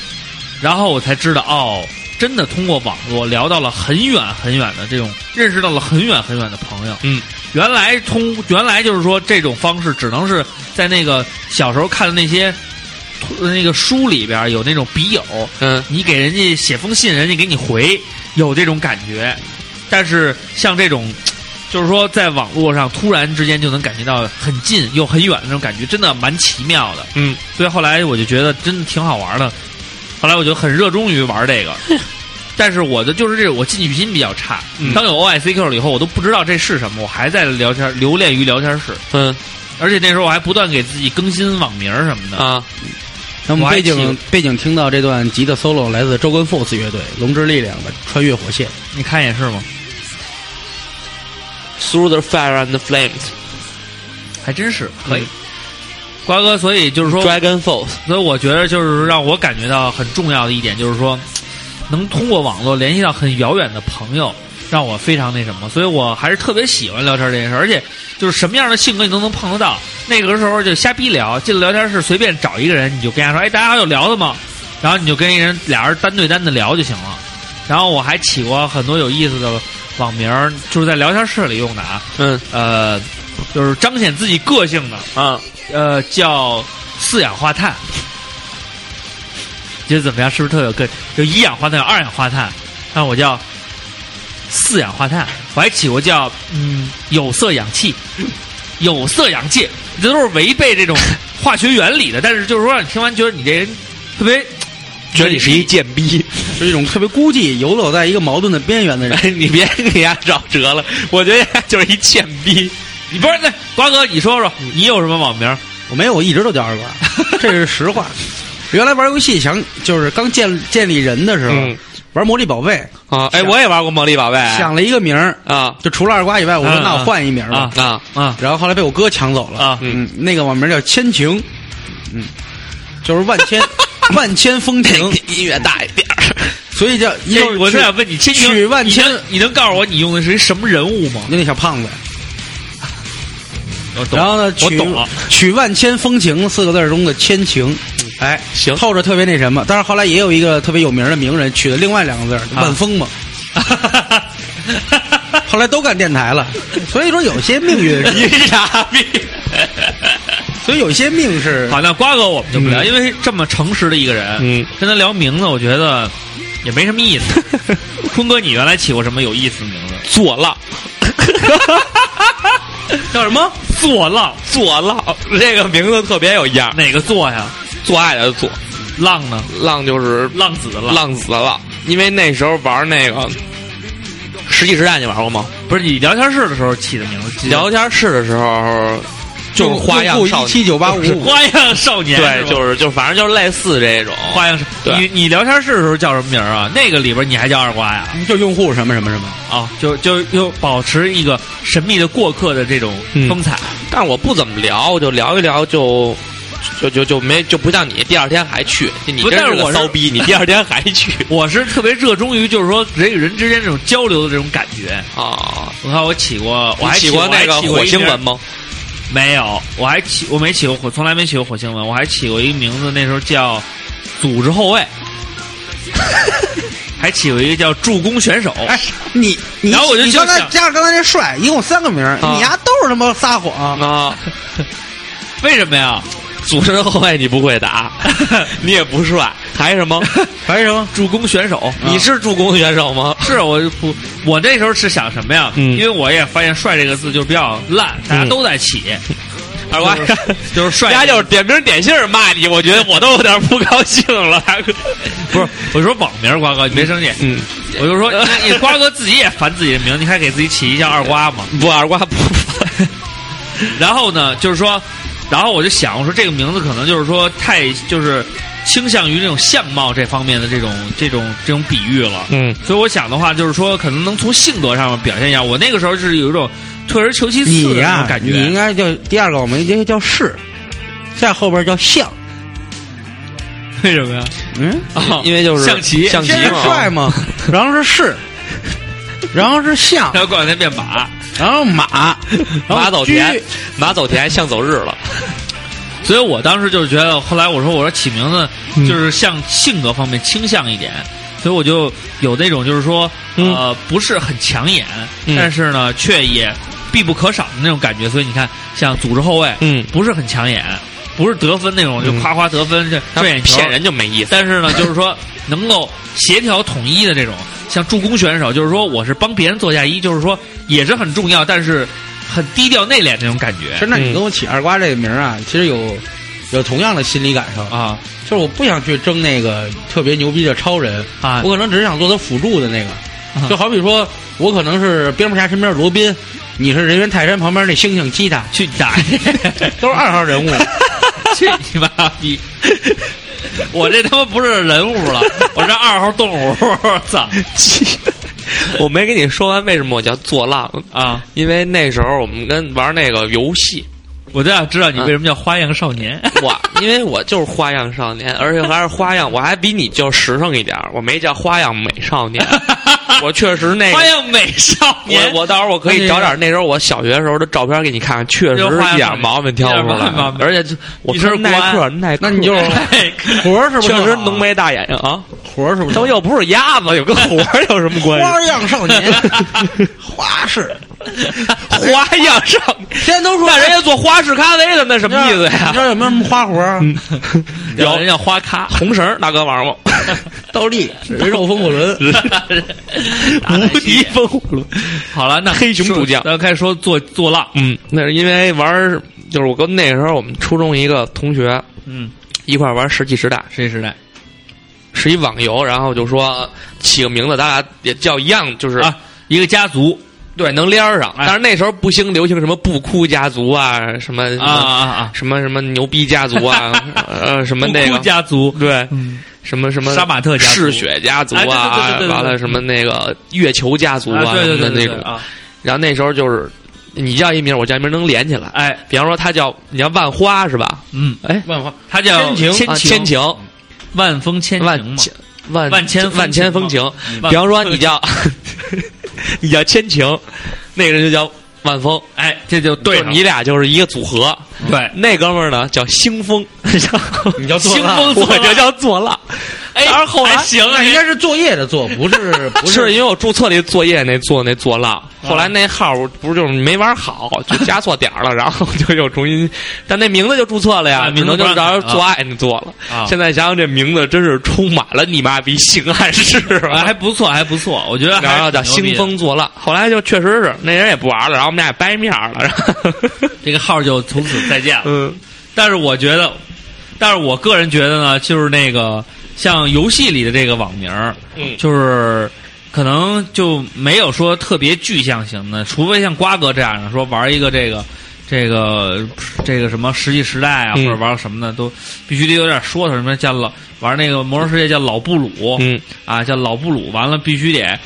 S3: 然后我才知道哦，真的通过网络聊到了很远很远的这种，认识到了很远很远的朋友。
S4: 嗯，
S3: 原来通原来就是说这种方式只能是在那个小时候看的那些那个书里边有那种笔友，
S4: 嗯，
S3: 你给人家写封信，人家给你回，有这种感觉。但是像这种，就是说在网络上突然之间就能感觉到很近又很远的那种感觉，真的蛮奇妙的。
S4: 嗯，
S3: 所以后来我就觉得真的挺好玩的。后来我就很热衷于玩这 个，但是我的就是这种我进取心比较差。
S4: 嗯
S3: 当有 OICQ 了以后，我都不知道这是什么，我还在聊天，留恋于聊天室。
S4: 嗯
S3: 而且那时候我还不断给自己更新网名儿什么的。
S4: 啊，
S5: 那
S3: 我
S5: 我们
S3: 还
S5: 背
S3: 记
S5: 景背景听到这段吉他 solo 来自周根 Fox 乐队《龙之力量》的《穿越火线》。
S3: 你看也是吗？
S4: Through the Fire and the Flames,
S3: 还真是嗯可以。瓜哥，所以就是说，
S4: Dragon Force。
S3: 所以我觉得就是让我感觉到很重要的一点就是说，能通过网络联系到很遥远的朋友，让我非常那什么，所以我还是特别喜欢聊天这件事，而且就是什么样的性格你都能碰得到。那个时候就瞎逼聊，进聊天室随便找一个人，你就跟他说：“哎，大家还有聊的吗？”然后你就跟一人俩人单对单的聊就行了。然后我还起过很多有意思的网名儿，就是在聊天室里用的啊，
S4: 嗯
S3: 呃，就是彰显自己个性的，
S4: 啊，
S3: 呃，叫四氧化碳。觉得怎么样？是不是特有个有一氧化碳、有二氧化碳？那我叫四氧化碳。我还起过叫嗯有色氧气、有色氧气，这都是违背 这种化学原理的。但是就是说，让你听完觉得你这人特别，
S4: 觉得你是一贱逼，
S5: 是一种特别孤寂、游走在一个矛盾的边缘 的人。
S4: 你别给人家找辙了，我觉得就是一贱逼。
S3: 你不是那瓜哥，你说说你有什么网名？
S5: 我没有，我一直都叫二瓜，这是实 话。原来玩游戏想就是刚建建立人的时候，
S4: 嗯
S5: 玩《魔力宝贝》
S4: 啊，哎，我也玩过魔力宝贝。
S3: 哎
S5: 想了一个名儿，
S4: 啊
S5: 就除了二瓜以外，我说
S3: 嗯
S5: 那我
S3: 嗯
S5: 换一名儿吧。
S4: 啊，
S3: 啊
S5: 然后后来被我哥抢走了
S3: 啊
S5: 嗯，那个网名叫千晴，嗯，就是万 千万千风情，
S4: 音乐大一点儿。
S5: 所以叫
S3: 这
S5: 又是
S3: 哎我是想问你，千
S5: 许
S3: 晴，
S5: 万
S3: 你
S5: 千
S3: 能你能告诉我你用的是一什么人物吗？
S5: 就那小胖子。
S3: 我懂
S5: 然后呢，
S3: 我
S5: 取
S3: 懂了。
S5: 取万千风情四个字儿中的千情，哎，
S4: 行
S5: 透着特别那什么。但是后来也有一个特别有名的名人取的另外两个字儿，万峰嘛。后来都干电台了，所以说有些命运，
S3: 你傻逼！
S5: 所以有些命是
S3: 好，那瓜哥我们就不聊，
S4: 嗯
S3: 因为这么诚实的一个人，
S4: 嗯，
S3: 跟他聊名字，我觉得也没什么意思。坤哥，你原来起过什么有意思的名字？
S4: 左浪，
S3: 叫什么？坐浪，
S4: 左浪，这个名字特别有样儿，
S3: 哪个坐呀？
S4: 做爱的做，
S3: 浪呢？
S4: 浪就是
S3: 浪子的浪，
S4: 浪子的浪，因为那时候玩那个《石器时代》，你玩过吗？
S3: 嗯不是你聊天室的时候起的名字？记得
S4: 聊天室的时候，就是花样
S5: 用户
S4: 少
S5: 一
S4: 女，
S5: 七 九八五五，
S3: 花样少年，
S4: 对，就是
S3: 吧
S4: 是就是反正就是类似这种
S3: 花样少。
S4: 对
S3: 你你聊天室的时候叫什么名儿啊？那个里边你还叫二瓜呀？
S5: 就用户什么什么什么。
S3: 啊，就就又保持一个神秘的过客的这种
S4: 嗯
S3: 风采。
S4: 但是我不怎么聊，我就聊一聊就。就就就没就不像你，第二天还去，你
S3: 不
S4: 真
S3: 但是
S4: 个
S3: 我是
S4: 骚 逼，你第二天还去
S3: 我是特别热衷于就是说人与人之间这种交流的这种感觉。
S4: 啊？
S3: 我看我起过，我
S4: 你
S3: 还
S4: 起
S3: 过
S4: 那个火星文？吗？
S3: 没有，我还起我没起过火，从来没起过火星文。我还起过一个名字，那时候叫组织后 卫，还起过一个叫助攻选手。
S5: 哎，你你
S3: 然后我就
S5: 你
S3: 就
S5: 刚才
S3: 想
S5: 加上刚才这帅，一共三个名儿，
S4: 啊
S5: 你丫都是他妈撒谎。
S4: 啊，
S3: 为什么呀？
S4: 组织后卫你不会 打，你也不帅，还什么？
S5: 还有什么？
S3: 助攻选手，
S4: 你是助攻选手吗？
S3: 啊 是我就不，我那时候是想什么呀？
S4: 嗯
S3: 因为我也发现“帅”这个字就比较烂，大家
S4: 嗯
S3: 都在起，
S4: 二瓜
S3: 就是就是帅
S4: 人家就是点名点姓骂你，我觉得我都有点不高兴了。
S3: 不是？我说网名瓜哥，你别生气，
S4: 嗯，
S3: 我就说你你瓜哥自己也烦自己的名，你还给自己起一叫二瓜嘛？
S4: 不，二瓜不，
S3: 然后呢，就是说，然后我就想，我说这个名字可能就是说太就是倾向于这种相貌这方面的这种这种这种比喻了。
S4: 嗯，
S3: 所以我想的话，就是说，可能能从性格上面表现一下。我那个时候是有一种退而求其次
S5: 你
S3: 的那
S5: 呀
S3: 种，感
S5: 你
S3: 觉。
S5: 应该叫第二个，我们这叫是，在后边叫象。
S3: 为什么呀？
S5: 嗯，
S3: 啊
S4: 因为就是
S3: 象棋
S4: 象棋
S5: 先是
S4: 嘛
S5: 帅，嘛，然后是是，然后是象，
S3: 然后过两天变马，
S5: 然后马，然后
S4: 马走
S5: 车
S4: 田，马走田，象走日了。
S3: 所以我当时就是觉得，后来我说我说起名字
S4: 嗯
S3: 就是向性格方面倾向一点，所以我就有那种就是说呃不是很抢眼，
S4: 嗯
S3: 但是呢却也必不可少的那种感觉。所以你看，像组织后卫，
S4: 嗯，
S3: 不是很抢眼，不是得分那种就夸夸得分这
S4: 他
S3: 这眼球
S4: 骗人就没意思。
S3: 但是呢，就是说能够协调统一的这种，像助攻选手，就是说我是帮别人做嫁衣，就是说也是很重要，但是很低调内敛那种感
S5: 其实
S3: 觉
S5: 那你跟我起二瓜这个名儿啊，其实有有同样的心理感受，
S3: 啊
S5: 就是我不想去争那个特别牛逼的超人，
S3: 啊
S5: 我可能只是想做他辅助的那个。
S3: 啊
S5: 就好比说，我可能是蝙蝠侠身边的罗宾，你是人猿泰山旁边那猩猩基塔，
S3: 去打，
S5: 都是二号人物。
S3: 去你妈逼！我这他妈不是人物了，我这二号动物，我操
S4: 我没跟你说完为什么我叫做浪，
S3: 啊！
S4: 因为那时候我们跟玩那个游戏，
S3: 我就想知道你为什么叫花样少年。
S4: 我因为我就是花样少年，而且还是花样，我还比你就实诚一点儿，我没叫花样美少 年，我确实那个
S3: 花。样美少
S4: 我
S3: 年，
S4: 我到时候我可以找点那时候我小学时候的照片给你看看，确实一点毛病挑不出
S3: 一点毛
S4: 来，
S3: 病
S4: 而且就我
S3: 一身
S4: 穿耐
S3: 国
S4: 克
S3: 安
S4: 耐克，
S5: 那 你就是
S3: 哎
S5: 活儿是不是？
S4: 确实浓眉大眼睛啊，
S5: 活儿是不是
S4: 他？们又不是鸭子，有跟活儿有什么关
S5: 花
S4: 系？
S5: 样少 年，花式。
S4: 花样上，
S5: 现在都说
S4: 那人家做花式咖啡的，那什么意思
S5: 你
S4: 呀
S5: 知？道有没有什么花活儿啊？
S3: 有人叫花咖，
S4: 红绳儿大哥 玩过，
S5: 倒立、人肉风火轮。
S4: 无敌风火轮。
S3: 好了，那
S4: 黑熊
S3: 说
S4: 主将
S3: 咱们开始说做做浪，
S4: 嗯，那是因为玩儿，就是我跟那个时候我们初中一个同学
S3: 嗯，
S4: 一块儿玩《石器时代》，
S3: 谁时代
S4: 是一网游，然后就说呃起个名字，咱俩也叫一样，就是、
S3: 啊？一个家族
S4: 对能连儿上。
S3: 哎
S4: 但是那时候不兴流行什么不哭家族啊，什么什么
S3: 啊啊啊！
S4: 什么什么牛逼家 族啊，呃什么那
S3: 布
S4: 个
S3: 库家族，
S4: 对
S3: 嗯，
S4: 什么什么
S3: 杀马特家族
S4: 嗜血家族
S3: 哎对
S4: 啊
S3: 对对对对，对
S4: 完了什么那个月球家族
S3: 啊，对
S4: 什
S3: 对
S4: 么
S3: 对
S4: 的那
S3: 对
S4: 种
S3: 对。啊！
S4: 然后那时候就是你叫一名，我叫一名能连起来。
S3: 哎，
S4: 比方说他叫你叫万花是吧？
S3: 嗯，
S4: 哎，
S5: 万花
S3: 他叫
S5: 千
S3: 千
S4: 啊千
S3: 晴，
S4: 晴，
S3: 万风千
S4: 万
S3: 晴嘛，
S4: 千万
S3: 万千
S4: 万千风情。
S3: 万
S4: 比方说你叫 你叫千晴，那个人就叫万峰，
S3: 哎，这就对哎
S4: 就你俩就是一个组合。
S3: 对，
S4: 那哥们儿呢叫 星风，然后
S5: 你叫做
S3: 兴
S5: 浪
S3: 风作
S4: 啊
S3: 啊
S4: 我
S3: 浪
S4: 就叫做浪。
S3: 哎，
S4: 当然后来
S3: 还行，
S5: 那应该是作业的作，不是不
S4: 不是因为我注册了一作业那做那做
S3: 啊
S4: 浪，后来那号儿不是就是没玩好，就加错点 儿了，然后就又重新，但那名字就注册了
S3: 啊
S4: 呀，
S3: 名
S4: 只
S3: 字
S4: 能就
S3: 不让
S4: 是到
S3: 改
S4: 时候做爱那做了。
S3: 啊
S4: 现在想想这名字真是充满了你妈逼性暗示
S3: 哎
S4: 啊！
S3: 还不错，还不错，我觉得还
S4: 然后叫
S3: 挺牛逼
S4: 兴
S3: 的，
S4: 风作浪，后来就确实是那人也不玩了，然后我们俩也掰面儿了。然 后
S3: 这个号就从此再见了。
S4: 嗯，
S3: 但是我觉得，但是我个人觉得呢，就是那个像游戏里的这个网名儿，
S4: 嗯
S3: 就是可能就没有说特别具象型的，除非像瓜哥这样的说玩一个这个。这个这个什么《石器时代》啊，
S4: 嗯
S3: 或者玩什么的，都必须得有点说头。什么叫老玩那个《魔兽世界》叫老布鲁，
S4: 嗯，
S3: 啊，叫老布鲁，完了必须得。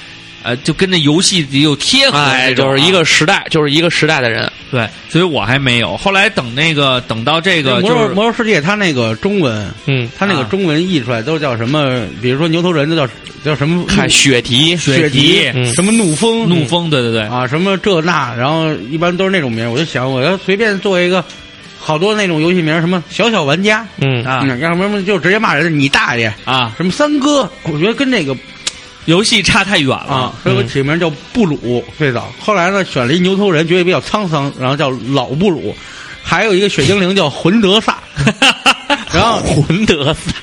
S3: 呃，就跟这游戏得有贴合、啊
S4: 哎，就是一个时代，就是一个时代的人。
S3: 对，所以我还没有。后来等那个等到这
S4: 哎
S3: 个
S5: 魔
S3: 就
S5: 兽
S3: 是
S5: 魔兽世界它那个中文，
S4: 嗯，
S5: 它那个
S3: 啊
S5: 中文译出来都叫什么？比如说牛头人都叫叫什么？
S4: 看雪迪，
S5: 雪
S3: 迪
S5: 迪
S4: 嗯
S5: 什么怒风
S3: 怒风，对对对，
S5: 啊，什么这那，然后一般都是那种名儿。我就想，我要随便做一个，好多那种游戏名儿，什么小小玩家，
S4: 嗯
S3: 啊
S5: 嗯，要么就直接骂人，你大爷，
S3: 啊，
S5: 什么三哥，我觉得跟这个
S3: 游戏差太远了
S5: 啊，，所以
S3: 嗯
S5: 我起名叫布鲁，最早。后来呢，选了一牛头人，觉得比较沧桑，然后叫老布鲁。还有一个雪精灵叫魂德萨， 然后
S4: 魂德萨，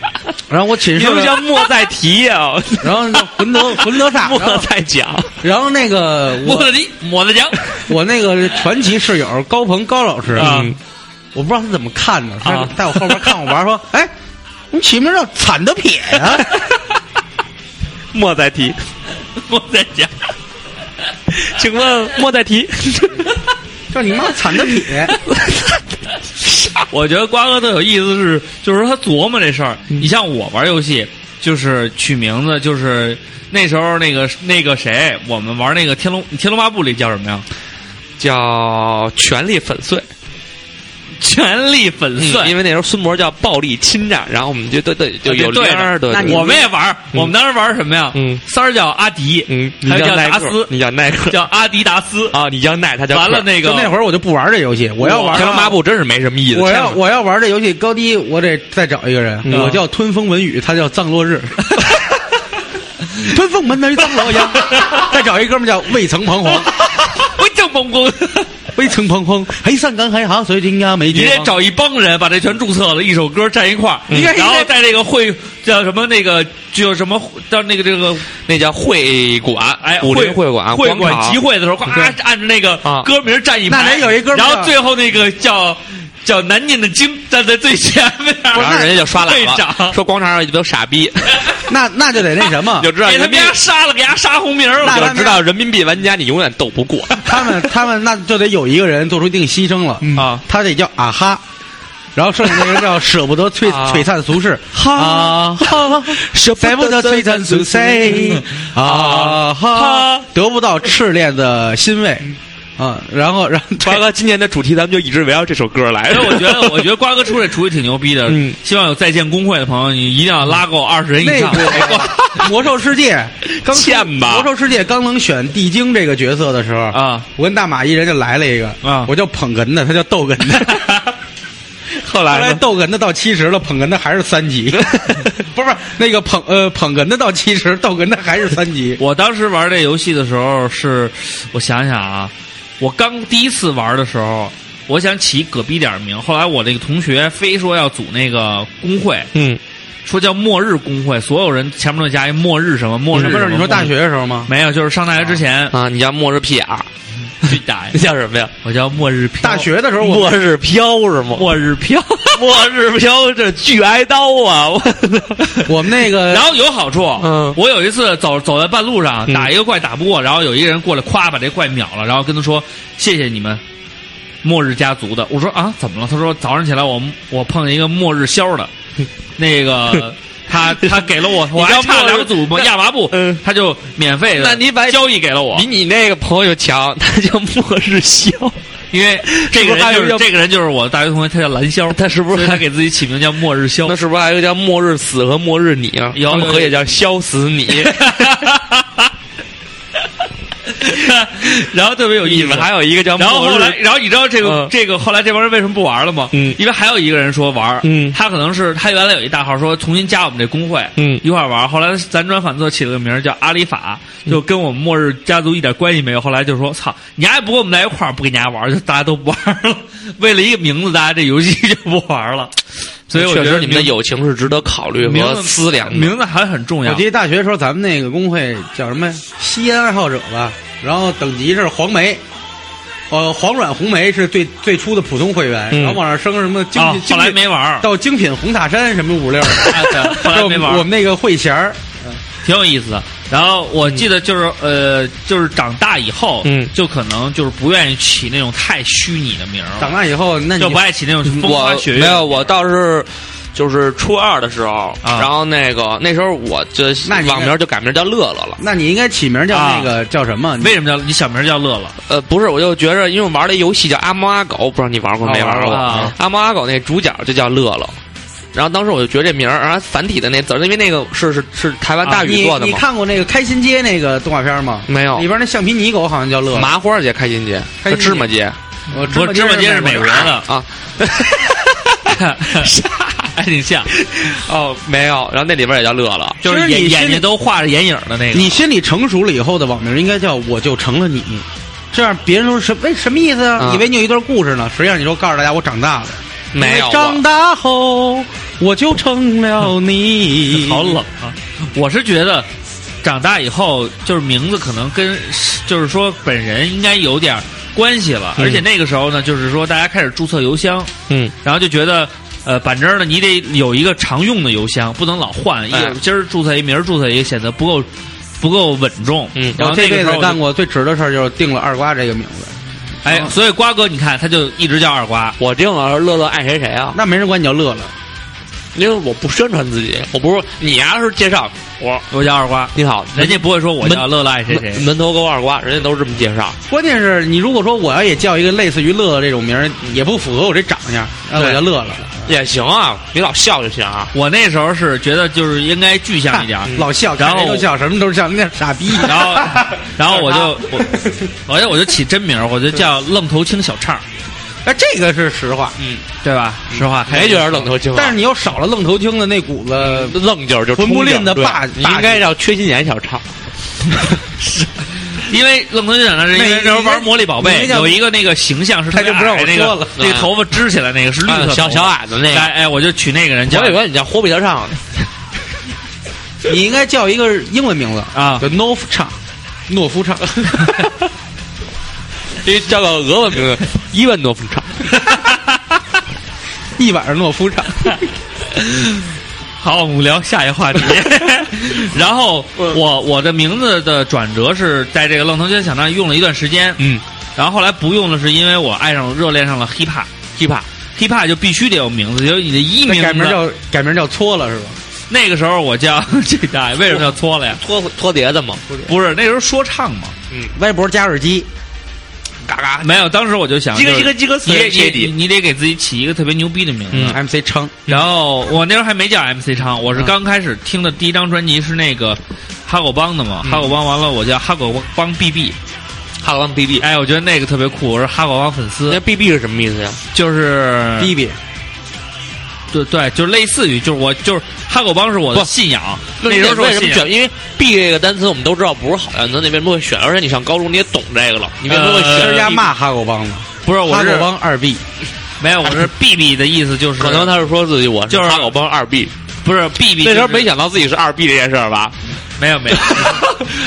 S5: 然后我寝室
S4: 名
S5: 呢
S4: 字叫莫再提啊，
S5: 然后叫魂德魂 德萨，
S4: 莫
S5: 然后
S4: 再讲，
S5: 然后那个
S3: 我
S5: 我
S3: 的你，我的 娘，
S5: 我那个传奇室友高鹏高老师嗯
S4: 啊
S5: 我不知道他怎么看的，他
S4: 啊
S5: 在我后边看我玩 说，哎，你起名叫惨的撇啊呀、
S4: 莫再提，
S3: 我的娘，
S4: 请问莫再提，
S5: 叫你妈惨的撇，
S3: 我觉得瓜哥最有意思是，就是说他琢磨这事儿。你像我玩游戏，就是取名字，就是那时候那个那个谁，我们玩那个《天龙天龙八部》里叫什么呀？
S4: 叫权力粉碎。嗯
S3: 权力粉碎。
S4: 因为那时候孙博叫暴力侵占，然后我们就对对就有
S3: 啊对
S4: 联儿，对，
S5: 那
S4: 对
S5: 你
S3: 我们也玩，
S4: 嗯
S3: 我们当时玩什么呀？
S4: 嗯
S3: 三儿叫阿迪，
S4: 嗯，你
S3: 还有叫
S4: 耐
S3: 达
S4: 克
S3: 斯
S4: 你叫耐 克
S3: 叫阿迪达斯。
S4: 啊，你叫耐，他叫
S3: 完了
S4: 克
S3: 那个
S5: 就那会儿我就不玩这游戏，我要玩
S4: 天龙八部真是没什么意思。
S5: 我
S4: 天
S5: 要
S4: 哪
S5: 我要玩这游戏高低，我得再找一个人。
S4: 嗯
S5: 我叫吞风文雨，他叫藏 落日。吞风门南藏 洛阳，再找一哥们叫未曾彷徨，
S3: 我正懵懵，
S5: 未曾彷徨，黑山赶海哈，随金呀没
S3: 你
S5: 结
S3: 得
S5: 网。
S3: 找一帮人把这全注册了，一首歌站一块儿，
S5: 嗯
S3: 然后在这个会叫什么那个就什么叫那个这个
S4: 那叫会馆，
S3: 哎
S4: 武林
S3: 会
S4: 馆，啊
S3: 会
S4: 广
S3: 馆
S4: 场
S3: 集会的时候，呱
S4: 对
S3: 按着那个
S4: 啊
S3: 歌名站一排，
S5: 那得有一歌名
S3: 然后最后那个叫叫难念的经站在最前面，
S4: 然后人家就刷
S3: 队
S4: 喇叭，
S3: 长啊
S4: 说广场上一堆傻 逼，
S5: 那那就得那什么
S4: 你，就知道
S3: 给他
S4: 人
S3: 们
S4: 民
S3: 家杀了，给他杀红名儿
S5: 那
S3: 了。
S4: 就知道人民币玩家你永远斗不 过
S5: 他 们他们那就得有一个人做出一定牺牲了。
S4: 啊。
S5: 他得叫啊哈，然后剩下那个人叫舍不得摧
S4: 啊
S5: 璀璨俗世啊，舍不得璀璨俗世啊哈，得不到炽烈的欣慰啊，然后然后
S4: 瓜哥，今年的主题咱们就一直围绕这首歌来。
S3: 所以我觉得，我觉得瓜哥出这主意挺牛逼的。
S4: 嗯
S3: 希望有再见工会的朋友，你一定要拉够二十人以
S5: 那
S3: 上。
S5: 个魔兽世界刚出
S4: 欠吧
S5: 魔兽世界刚能选地精这个角色的时候
S3: 啊，
S5: 我跟大马一人就来了一个
S3: 啊
S5: 我叫捧哏的，他叫逗哏的。
S4: 后
S5: 后来
S4: 来呢
S5: 逗哏的到七十了，捧哏的还是 三级，不是不是那个捧呃捧哏的到七十，逗哏的还是三级。
S3: 我当时玩这游戏的时候是，我想想啊，我刚第一次玩的时候，我想起葛逼点儿名，后来我那个同学非说要组那个工会，
S4: 嗯，
S3: 说叫末日工会，所有人前面都加一末日什么末日
S5: 什
S3: 什么。
S5: 么时候？你说大学的时候吗？
S3: 没有？就是上大学之前
S4: 啊，你叫末日屁眼儿，
S3: 去打
S4: 那，叫什么呀？
S3: 我叫末日飘
S5: 大学的时候我
S4: 末日飘是吗？
S3: 末日飘。
S4: 末日飘这巨挨刀啊！我
S5: 我们那个
S3: 然后有好处，
S4: 嗯
S3: 我有一次走走在半路上
S4: 嗯
S3: 打一个怪打不过，然后有一个人过来夸把这怪秒了，然后跟他说谢谢你们。末日家族的，我说啊，怎么了？他说早上起来我我碰见一个末日枭 的，那个他他给了我，我还差两个 组
S4: 末日
S3: 亚麻布
S4: 嗯，
S3: 他就免费的，
S4: 那你把
S3: 交易给了我
S4: 比，你那个朋友强，他叫末日枭，
S3: 因 为这个
S4: 是不是还
S3: 人
S4: 有
S3: 就是这
S4: 一个
S3: 个人就是我大学同学，他叫蓝枭，
S4: 他是不
S3: 所
S4: 是
S3: 以他
S4: 还？
S3: 给自己起名叫末日枭
S4: 那。是不是还有一个叫末日死和末日你啊？
S3: 有
S4: 他们
S3: 有
S4: 可以叫消死你。
S3: 然后特别有意
S4: 你
S3: 思，
S4: 们还有一个叫
S3: 然后
S4: 末
S3: 后
S4: 日
S3: 来，然后你知道这个、
S4: 嗯
S3: 这个后来这帮人为什么不玩了吗？
S4: 嗯
S3: 因为还有一个人说玩，
S4: 嗯
S3: 他可能是他原来有一大号说重新加我们这工会，
S4: 嗯
S3: 一块儿玩。后来辗转反侧起了个名儿叫阿里法，
S4: 嗯
S3: 就跟我们末日家族一点关系没有。后来就说操，你还不跟我们在一块儿，不跟你家玩儿，就大家都不玩儿了。为了一个名字，大家这游戏就不玩儿了。所以我觉
S4: 确
S3: 得
S4: 实你们的友情是值得考虑
S3: 名
S4: 和
S3: 字
S4: 思量的。
S3: 名字还很重
S5: 我
S3: 要
S5: 记。得大学的时候咱们那个工会叫什么呀吸烟爱好者吧，然后等级是黄梅。呃，黄软红梅是最最初的普通会员，
S4: 嗯
S5: 然后往上升什么精
S3: 啊
S5: 品，
S3: 后
S5: 精
S3: 来
S5: 品
S3: 没玩儿，
S5: 到精品红塔山什么五六，
S3: 啊对后来没玩儿
S5: 我
S3: 哦
S5: 们，那个会衔儿，
S3: 挺有意思的。然后我记得就是呃，就是长大以后，
S4: 嗯
S3: 就可能就是不愿意起那种太虚拟的名儿了，
S5: 长大以后，那你
S3: 就不爱起那种风花
S4: 我
S3: 雪月
S4: 没有，我倒是就是初二的时候，
S3: 啊
S4: 然后那个那时候我就
S5: 那你应该
S4: 网名就改名叫乐乐了。
S5: 那你应该起名叫
S3: 啊
S5: 那个叫什么？你
S3: 为什么叫你小名叫乐乐？
S4: 呃，不是，我就觉着，因为我玩了一游戏叫阿猫阿狗，不知道你玩过没哦玩过？
S3: 啊
S4: 阿猫阿狗那主角就叫乐乐。然后当时我就觉得这名儿，然后繁体的那字儿，因为那个是是是台湾大宇
S5: 啊你
S4: 做的
S5: 你
S4: 嘛，
S5: 看过那个开心街那个动画片吗？
S4: 没有
S5: 里边那橡皮泥狗好像叫乐，
S4: 麻花街、开心街、
S5: 开心街
S4: 芝麻街
S5: 我
S3: 不是芝麻街是美国的，
S4: 啊，
S3: 还挺哎 像，
S4: 哦，没有。然后那里边也叫乐乐，
S3: 就
S5: 其
S3: 是
S5: 实
S3: 眼
S5: 你心里
S3: 眼睛都画着眼影的那个。
S5: 你心里成熟了以后的网名应该叫“我就成了你”，这样别人说什为什么意思啊？
S4: 啊
S5: 以为你有一段故事呢，实际上你说告诉大家我长大了，
S4: 没有啊
S5: 因为
S4: 我
S5: 长大后我就成了 你。
S3: 好冷啊！我是觉得长大以后，就是名字可能跟就是说本人应该有点关系了，
S4: 嗯
S3: 而且那个时候呢，就是说大家开始注册邮箱，
S4: 嗯，
S3: 然后就觉得。呃，反正呢，你得有一个常用的邮箱，不能老换。一
S4: 哎
S3: 今儿注册一，明儿注册一，显得不够不够稳重。
S4: 嗯
S3: 然
S5: 我
S3: 后
S5: 这
S3: 那个
S5: 辈
S3: 时候
S5: 子
S3: 我就
S5: 干过嗯最值的事儿就是定了二瓜这个名字，
S3: 哎，所以瓜哥，你看他就一直叫二瓜，
S4: 我定了乐乐爱谁谁啊，
S5: 那没人管你叫乐乐。
S4: 因为我不宣传自己，我不是你呀、是介绍我，
S3: 我叫二瓜，
S4: 你好，
S3: 人家不会说我叫乐乐爱谁
S4: 门
S3: 谁。
S4: 门头沟二瓜，人家都是这么介绍。
S5: 关键是你如果说我要也叫一个类似于乐乐这种名儿，也不符合我这长相，那我
S4: 对
S5: 叫乐乐。
S4: 也行啊，你老笑就行啊。
S3: 我那时候是觉得就是应该具象一点儿，
S5: 老笑，
S3: 然后
S5: 看谁都笑，什么都笑，那傻逼。
S3: 然 后，然后我就
S4: 啊
S3: 我，而且我就起真名儿，我就叫愣头青小畅，
S5: 哎，这个是实话，
S3: 对吧？实话，
S4: 谁觉得愣头青啊？
S5: 但是你又少了愣头青的那股子。
S4: 愣劲儿就
S5: 魂不吝的霸
S4: 霸，你应该叫缺心眼小畅。
S3: 因为愣头青小畅是因
S5: 那
S3: 为那时候玩
S5: 那
S3: 魔力宝
S5: 那
S3: 贝
S5: 叫
S3: 有一个那个形象是
S5: 他就不让我
S3: 特别矮
S5: 说
S3: 那
S5: 了
S3: 个那个
S4: 嗯
S3: 头发支起来那个是绿色
S4: 啊
S3: 头发
S4: 小小矮子那
S3: 哎
S4: 个，
S3: 哎，我就取那个人叫
S4: 我以为你叫活比特畅呢。
S5: 你应该叫一个英文名字
S3: 啊
S5: 叫 Norf 唱，诺夫 唱。
S4: 这叫个俄 文名字，伊万诺夫畅。
S5: 一晚上诺夫唱。
S3: 好，我们聊下一话题。然后我我的名字的转折是在这个愣头青小站用了一段时间，
S4: 嗯
S3: 然后后来不用了，是因为我爱上热恋上了 hiphop hiphop hiphop 就必须得有名字，就是你的艺名 字。
S5: 那改名叫改名叫搓了是吧？
S3: 那个时候我叫 这大爷，为什么叫搓了呀？
S4: 拖拖碟子嘛，
S3: 不是那时候说唱嘛，
S5: 歪脖加耳机，
S4: 嘎嘎，
S3: 没有。当时我就想，
S4: 叽
S3: 就
S4: 个
S3: 是
S4: 叽个叽个死
S3: 你得
S4: 人
S3: 你
S4: 鞋
S3: 你
S4: 底。
S3: 你得给自己起一个特别牛逼的名字。
S4: 嗯
S5: MC 称
S3: 然后我那时候还没叫 MC 昌，我是刚开始听的第一张专辑是那个哈狗帮的嘛，
S4: 嗯
S3: 哈狗帮完了我叫哈狗帮 BB，
S4: 哈王 BB，
S3: 哎，我觉得那个特别酷，我是哈狗帮粉丝
S4: 那，BB 是什么意思呀？
S3: 就是
S5: 逼逼，
S3: 对对，就类似于就是我就是哈狗帮是我的
S4: 不
S3: 信仰，那时候是我
S4: 为什么
S3: 信仰
S4: 选？。因为 “B” 这个单词我们都知道不是好单词，你为什么会选？而且你上高中你也懂这个了，你为什么会
S3: 呃
S5: 人
S4: 选
S5: 家？骂哈狗帮的，
S3: 不是，我
S5: 哈
S3: 是
S5: 狗帮二 B，
S3: 没有，我是 BB 的意思就是
S4: 可能他是说自己我
S3: 就是
S4: 哈狗帮二 B，
S3: 不是 BB，
S4: 那时候
S3: 就是
S4: 没想到自己是二 B 这件事儿吧？
S3: 没有没 有，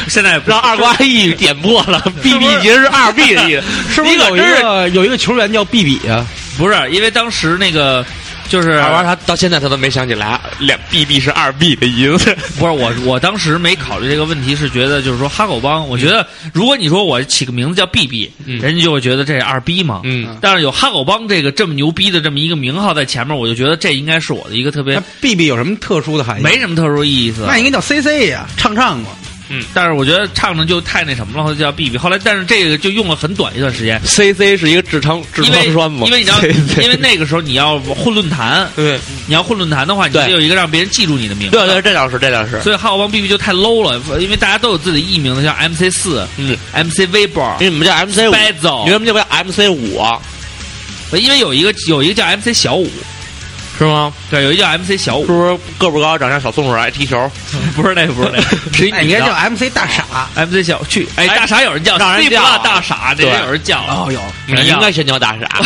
S3: 现在不
S4: 让二瓜一点破 了，B B 其实是二 B 的意思，
S5: 是不是
S4: 你可
S5: 有一
S4: 真是
S5: 个有一个球员叫 B 比啊？
S3: 不是因为当时那个就是
S4: 二瓜他到现在他都没想起来，两 B B 是二 B 的意思。
S3: 不是我，我当时没考虑这个问题，是觉得就是说哈狗帮，我觉得如果你说我起个名字叫 BB，、
S4: 嗯
S3: 人家就会觉得这是二逼嘛。
S4: 嗯，
S3: 但是有哈狗帮这个这么牛逼的这么一个名号在前面，我就觉得这应该是我的一个特别
S5: 那 B B 有什么特殊的
S4: 哎
S5: 含义？
S3: 没什么特殊意思。嗯
S5: 那应该叫 C C 呀，唱唱吧。
S3: 但是我觉得唱唱就太那什么了，后就叫 BB。后来，但是这个就用了很短一段时间，
S4: C C 是一个痔疮痔
S3: 因为
S4: 疮栓嘛，
S3: 因为你知道
S4: C，C
S3: 因为那个时候你要混论坛，
S4: 对
S3: 你要混论坛的话，你
S4: 对
S3: 得有一个让别人记住你的名字。
S4: 对对，这倒是这倒是，
S3: 所以哈狗帮 BB 就太 low 了，因为大家都有自己的艺名的，像 MC 四、
S4: 嗯，
S3: MC Weber，
S4: 因为你们叫 M C 五，
S3: 掰
S4: 你
S3: 走
S4: 为，什么叫 M C 五啊？
S3: 因为有一个有一个叫 MC 小五，
S4: 是吗？
S3: 对，有一个叫 MC 小五
S4: 是，不是个不高，长相小松鼠，
S3: 哎
S4: 爱踢球？
S3: 不是那个，不是那 个，哎是一
S5: 那
S3: 女
S5: 应该
S3: 的
S5: 叫 M C 大傻。
S3: MC 小去，哦哎，
S4: 哎
S3: 大傻有人叫，
S4: 让人
S3: C
S4: 叫
S3: block 大傻，这
S4: 对
S3: 人有人叫，哦，有人
S4: 你应
S3: 叫
S4: 该。先叫 大傻，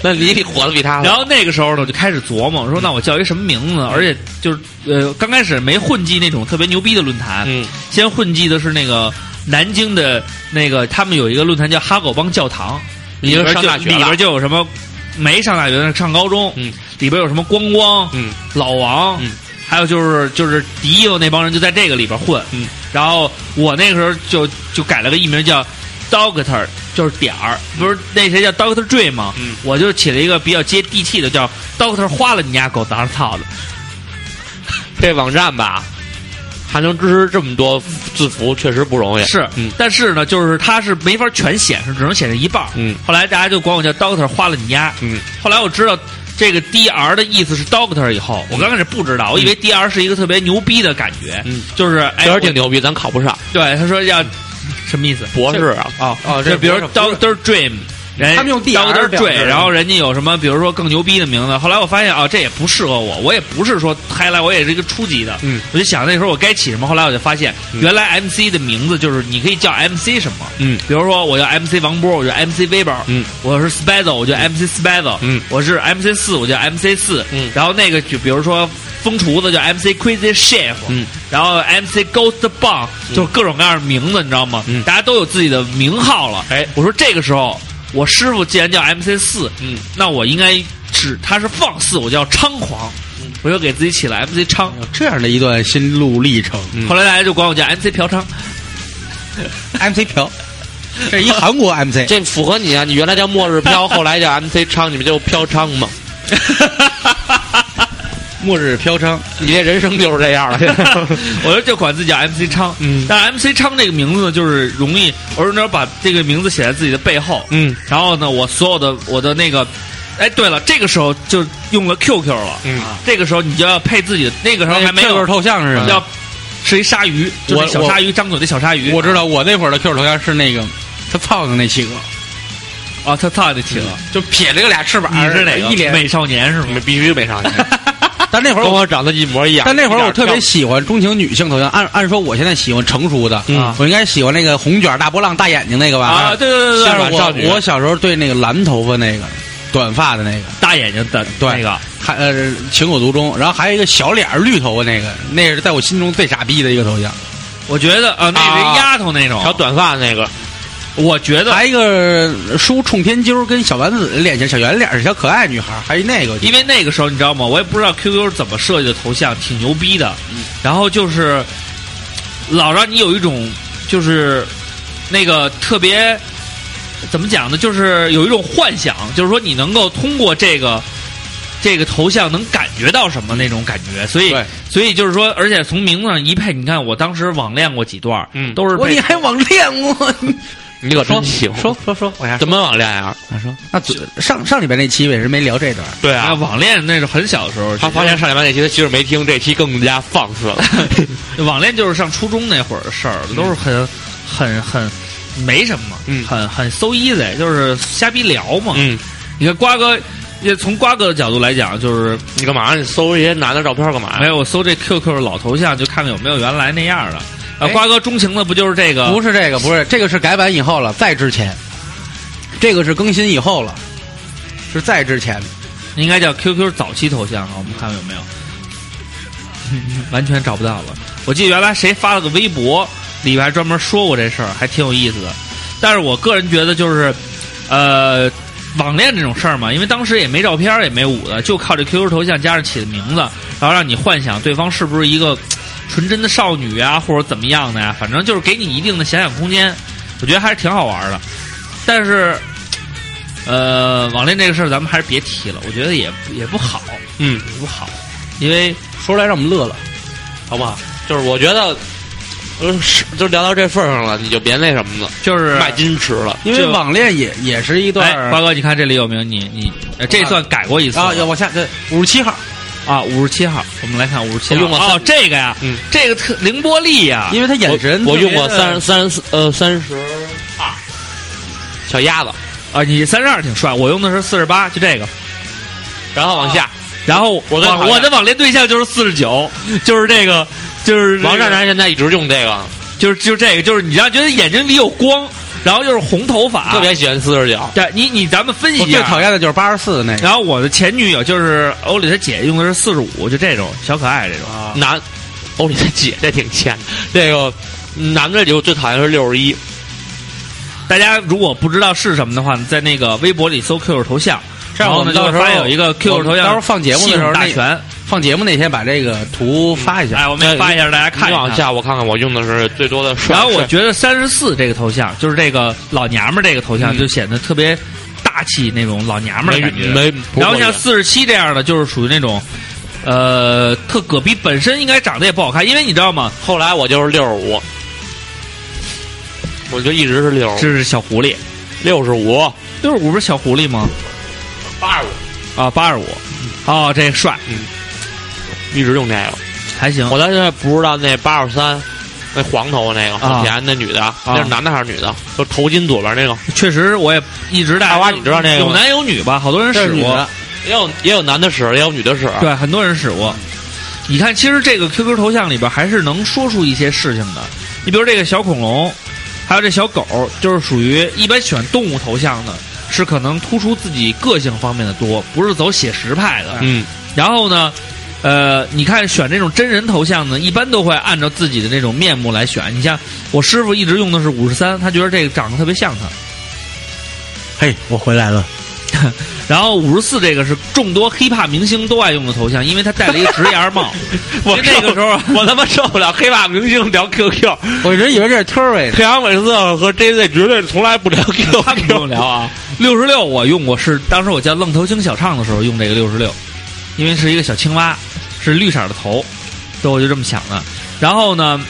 S4: 那你得火的比他。
S3: 然后那个时候呢，我就开始琢磨，我说那我叫一什么名字呢？而且就是呃，刚开始没混迹那种特别牛逼的论坛，
S4: 嗯，
S3: 先混迹的是那个南京的那个，他们有一个论坛叫哈狗帮教堂，
S4: 你
S3: 里
S4: 就
S3: 边
S4: 上
S3: 就
S4: 大学
S3: 里
S4: 了
S3: 边。就有什么没上大学的上高中，
S4: 嗯，
S3: 里边有什么光光，
S4: 嗯，
S3: 老王，
S4: 嗯
S3: 还有就是就是敌意那帮人就在这个里边混，
S4: 嗯，
S3: 然后我那个时候就就改了个艺名叫 Doctor，就是点儿，不是那谁叫 Doctor Dre 吗？
S4: 嗯，
S3: 我就起了一个比较接地气的叫 Doctor 花了你家狗当操的，
S4: 这网站吧，还能支持这么多字符，确实不容易。
S3: 是，
S4: 嗯
S3: 但是呢，就是它是没法全显示，只能显示一半儿。
S4: 嗯
S3: 后来大家就管我叫 Doctor 花了你丫。
S4: 嗯，
S3: 后来我知道这个 DR 的意思是 Doctor 以后，我刚开始不知道，我以为 DR 是一个特别牛逼的感觉，
S4: 嗯，
S3: 就是哎
S4: 确，
S3: 我
S4: 实挺牛逼，咱考不上
S3: 对，他说要什么意思？
S4: 博士啊。
S5: 哦哦，
S3: 就
S5: 这
S3: 比如
S5: 不是
S3: Doctor Dream。人
S5: 他们用 DR
S3: Doctor
S5: 表示
S3: Dream，然后人家有什么，比如说更牛逼的名字。后来我发现啊，这也不适合我，我也不是说开来，我也是一个初级的。
S4: 嗯，
S3: 我就想那时候我该起什么，后来我就发现，
S5: 嗯
S3: 原来 MC 的名字就是你可以叫 MC 什么，
S4: 嗯
S3: 比如说我叫 MC 王波，我叫 MC Weber，
S4: 嗯，
S3: 我是 Spazzle，我叫 MC Spazzle，
S4: 嗯
S3: 我是 MC 四，我叫 MC 四，
S4: 嗯
S3: 然后那个就比如说疯厨子叫 MC Crazy Chef，
S4: 嗯，
S3: 然后 MC Ghost Bang，就是各种各样的名字，你知道吗？
S4: 嗯
S3: 大家都有自己的名号了。
S4: 哎
S3: 我说这个时候，我师傅既然叫 MC 四，
S4: 嗯，
S3: 那我应该是他是放肆，我叫猖狂，
S4: 嗯
S3: 我就给自己起了 MC 猖。
S5: 这样的一段心路历程。
S4: 嗯
S3: 后来大家就管我叫 MC 嫖娼，
S5: MC 朴，这是一韩国 MC，
S4: 这符合你啊！你原来叫末日 飘，后来叫 MC 昌，你们就飘昌嘛。
S5: 末日飘娼。
S4: 你这人生就是这样了。
S3: 我就就管自己叫 MC 昌。
S4: 嗯
S3: 但 MC 昌这个名字呢，就是容易，我有点把这个名字写在自己的背后。
S4: 嗯
S3: 然后呢，我所有的我的那个，哎，对了，这个时候就用了 QQ 了。
S4: 嗯
S3: 啊，这个时候你就要配自己的，那个时候还没有
S5: QQ 头像是什么？
S3: 要是一鲨鱼，就是
S5: 我
S3: 那小鲨鱼张嘴的小鲨鱼。
S5: 我知道，我那会儿的 QQ 头像是那个他操的那企鹅，
S3: 啊，他操你起了，
S5: 嗯就撇着个俩翅膀，
S3: 你是哪个？
S5: 一脸。
S3: 美少年是吗？
S4: 必须没上去，
S5: 但 那会儿
S4: 跟
S5: 我，
S4: 我长得一模一样。
S5: 但那会儿我特
S4: 一
S5: 别
S4: 点
S5: 喜欢钟情女性头像。按按说，我现在喜欢成熟的，
S4: 嗯
S5: 我应该喜欢那个红卷大波浪、大眼睛那个吧？
S3: 啊，对对对对
S5: 但
S3: 对，
S5: 是
S4: 性感少女
S5: 我我小时候对那个蓝头发那个、短发的那个，
S3: 大眼睛的
S5: 对
S3: 那个，
S5: 还呃情有独钟。然后还有一个小脸儿绿头发那个，那是在我心中最傻逼的一个头像。
S3: 我觉得啊，那
S4: 啊
S3: 是丫头那种
S4: 飘小。短发那个，
S3: 我觉得
S5: 还有一个梳冲天揪儿跟小丸子脸型小圆脸儿是小可爱女孩儿，还有那个
S3: 因为那个时候你知道吗？我也不知道 QQ 是怎么设计的头像，挺牛逼的。然后就是老让你有一种就是那个特别怎么讲呢？就是有一种幻想，就是说你能够通过这个这个头像能感觉到什么那种感觉。所以
S5: 对，
S3: 所以就是说，而且从名字上一配，你看我当时网恋过几段，
S4: 嗯
S3: 都是
S5: 我
S3: 被
S5: 你还网恋我？
S4: 你可真喜欢。
S5: 说说说，我呀
S4: 怎么网恋呀？
S5: 说，那昨上上礼拜那期为什么没聊这段？
S4: 对
S3: 啊，，网恋那是很小的时候，
S4: 他发现上礼拜那期他媳妇没听，这期更加放 肆了。
S3: 网恋就是上初中那会儿的事儿，都是很、很很没什么，
S4: 嗯
S3: 很很 so easy，就是瞎逼聊嘛。
S4: 嗯，
S3: 你看瓜哥，也从瓜哥的角度来讲，就是
S4: 你干嘛？你搜一些男的照片干嘛
S3: 没
S4: 呀？
S3: 有我搜这 QQ 的老头像，就看看有没有原来那样的。啊，
S5: 哎
S3: 瓜哥钟情的不就是这个？
S5: 不是这个，不是这个是改版以后了，再之前，这个是更新以后了，是再之前的。
S3: 应该叫 QQ 早期头像啊，我们看看有没 有。完全找不到了。我记得原来谁发了个微博，里边还专门说过这事儿，还挺有意思的。但是我个人觉得就是，呃，网恋这种事儿嘛，因为当时也没照片儿，也没舞的，就靠这 QQ 头像加上起的名字，然后让你幻想对方是不是一个纯真的少女啊，或者怎么样的呀、反正就是给你一定的遐想空间。我觉得还是挺好玩的，但是。呃，网恋这个事儿咱们还是别提了，我觉得也也不好，
S4: 嗯，
S3: 不好，因为
S5: 说出来让我们乐了。
S4: 好不好？就是我觉得，呃，是就聊到这份儿上了，你就别那什么了，
S3: 就是
S4: 卖矜持了。
S5: 因为
S3: 就
S5: 网恋也也是一段
S3: 哎，瓜哥，你看这里有没有你你？呃这算改过一次
S5: 啊，要往下对五十七号，
S3: 啊，五十七号，我们来看五十七号。
S4: 我用了三
S3: 哦，这个呀，
S4: 嗯
S3: 这个特凌波丽呀，
S5: 因为他眼神
S4: 我我
S5: 特别
S4: 用过
S5: 的
S4: 三三十呃三十二小鸭子，
S3: 啊，你三十二挺帅，我用的是四十八，就这个。啊
S4: 然后往下，
S3: 然后
S4: 我跟
S3: 网
S4: 网
S3: 我的网恋对象就是四十九，就是这个，就是这个
S4: 王站长现在一直用这个，
S3: 就是就是这个，就是你让觉得眼睛里有光，然后又是红头发，
S4: 特别喜欢四十九。
S3: 对你你咱们分析
S5: 我
S3: 一
S5: 最
S3: 下，啊
S5: 讨厌的就是八十四的那个，
S3: 然后我的前女友就是欧里他姐用的是四十五，就这种小可爱这种。
S4: 男，欧里的姐这挺欠的。这个男的里我最讨厌是六十一，
S3: 大家如果不知道是什么的话，在那个微博里搜 QQ 头像，
S5: 这
S3: 然
S5: 样
S3: 后
S5: 我
S3: 呢
S5: 们
S3: 就
S5: 到
S3: 会
S5: 时候
S3: 发现有一个
S5: 我
S3: QQ
S5: 们
S3: 头像，
S5: 到时候放节目的时候
S3: 大
S5: 那
S3: 全
S5: 放节目那天把这个图发一下。
S3: 哎，我们也发一下让大家看
S4: 你
S3: 一
S4: 往
S3: 看。
S4: 下我看看，我用的是最多的帅。
S3: 然后我
S4: 帅
S3: 觉得三十四这个头像，就是这个老娘们儿这个头像，
S4: 嗯
S3: 就显得特别大气那种老娘们儿的感觉。
S4: 没，没
S3: 然后像
S4: 像
S3: 四十七这样的，就是属于那种，呃，特葛逼，本身应该长得也不好看，因为你知道吗？
S4: 后来我就是六十五，我就一直是六
S3: 这是小狐狸，
S4: 六十五
S3: 六十五不是小狐狸吗？
S4: 八十五，
S3: 啊，八十五，哦，这帅
S4: 一直用这个。
S3: 还行。
S4: 我到现在不知道那八十三，那黄头发那个
S3: 啊嗯
S4: 很甜那女的，那是男的还是女的？就头巾左边那个，
S3: 确实，我也一直大
S4: 大花你知道那个
S3: 有
S4: 吗
S3: 男有女吧？好多人
S5: 这是
S3: 使
S5: 女
S3: 过
S5: 的，，
S4: 也有也有男的使，也有女的使。
S3: 对，很多人使过。你看，其实这个 QQ 头像里边还是能说出一些事情的。你比如这个小恐龙，还有这小狗，就是属于一般选动物头像的，是可能突出自己个性方面的多，不是走写实派的。
S4: 嗯，
S3: 然后呢，呃，你看选这种真人头像呢，一般都会按照自己的那种面目来选。你像我师傅一直用的是五十三，他觉得这个长得特别像他。
S5: 嘿，我回来了。
S3: 然后五十四这个是众多 hiphop 明星都爱用的头像，因为他戴了一个直檐帽。
S4: 我
S3: 其实那个时候，啊
S4: 我他妈受不了黑发明星聊 QQ，
S5: 我一直以为这是 Terry 呢。
S4: 黑羊粉色和 JZ 绝对从来不聊 QQ，
S3: 他们不用聊啊。六十六我用过，是当时我叫愣头青小唱的时候用这个六十六，因为是一个小青蛙，是绿色的头，所以我就这么想的。然后呢，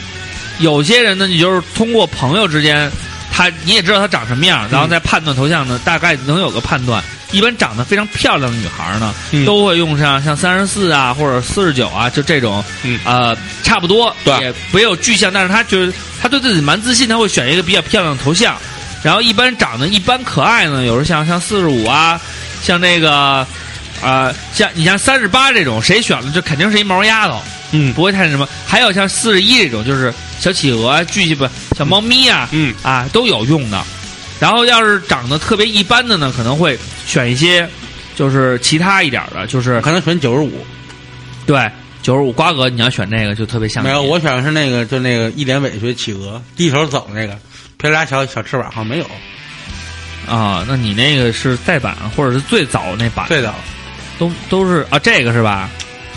S3: 有些人呢，你就是通过朋友之间，他你也知道他长什么样，然后再判断头像呢，大概能有个判断。一般长得非常漂亮的女孩呢，
S4: 嗯
S3: 都会用上像三十四啊或者四十九啊，就这种，
S4: 嗯
S3: 呃，差不多，
S4: 对啊
S3: 也没有具象，但是她就是她对自己蛮自信，她会选一个比较漂亮的头像。然后一般长得一般可爱呢，有时候像像四十五啊，像那个啊、呃像你像三十八这种，谁选了这肯定是一毛丫头，
S4: 嗯
S3: 不会太那什么。还有像四十一这种，就是小企鹅、啊、巨不小猫咪啊、
S4: 嗯，
S3: 啊都有用的。然后要是长得特别一般的呢，可能会选一些就是其他一点的，就是
S5: 我可能选九十五，
S3: 对九十五瓜哥，你要选那个就特别像你啊
S5: 没有，我选的是那个，就那个一脸委屈企鹅，低头走那个，飘俩小小翅膀，好像没有。
S3: 啊，那你那个是再版或者是最早那版，
S5: 对的，
S3: 都都是啊这个是吧？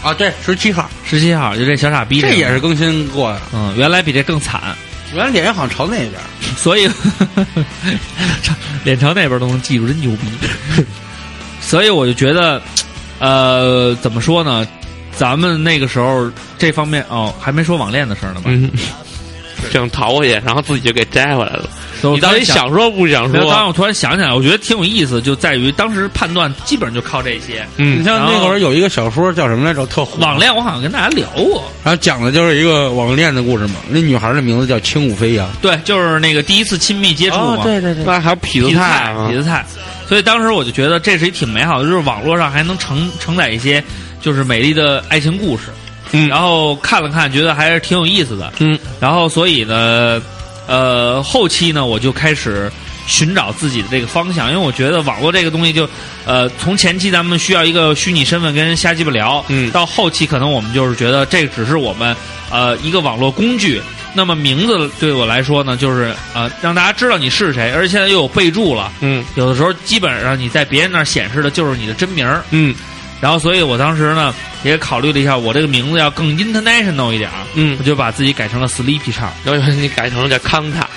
S5: 啊，对，十七号，
S3: 十七号就这小傻逼个，
S5: 这也是更新过的。
S3: 嗯，原来比这更惨，
S5: 原来脸好像朝那边，
S3: 所以 脸朝那边都能记住，真牛逼。所以我就觉得，呃，怎么说呢？咱们那个时候这方面哦，还没说网恋的事儿呢吧？
S4: 嗯，想逃回去，然后自己就给摘回来了。
S3: 所以我
S4: 你到
S3: 突
S4: 底
S3: 然哦想？
S4: 想说不想
S3: 没有当然，
S4: 说？
S3: 我突然想起来，我觉得挺有意思，就在于当时判断基本上就靠这些。
S5: 你
S4: 嗯，
S5: 像那会儿有一个小说叫什么来着，特火。
S3: 网恋，我好像跟大家聊过，
S5: 然后讲的就是一个网恋的故事嘛。那女孩的名字叫轻舞飞扬，
S3: 对，就是那个第一次亲密接触嘛，
S5: 哦对
S4: 那还有痞
S3: 痞
S4: 子
S3: 子
S4: 菜
S3: 菜，
S4: 啊
S3: 痞子菜。所以当时我就觉得这是一挺美好的，就是网络上还能承承载一些就是美丽的爱情故事。
S4: 嗯
S3: 然后看了看，觉得还是挺有意思的。
S4: 嗯，
S3: 然后所以呢，呃，后期呢，我就开始寻找自己的这个方向，因为我觉得网络这个东西就，呃，从前期咱们需要一个虚拟身份跟人瞎鸡巴聊，
S4: 嗯
S3: 到后期可能我们就是觉得这只是我们呃一个网络工具。那么名字对我来说呢，就是呃让大家知道你是谁，而且现在又有备注了，
S4: 嗯
S3: 有的时候基本上你在别人那儿显示的就是你的真名儿。
S4: 嗯
S3: 然后，所以我当时呢也考虑了一下，我这个名字要更 international 一点儿，
S4: 嗯
S3: 我，就把自己改成了 Sleepy 唱
S4: 要不然你改成了叫康 卡，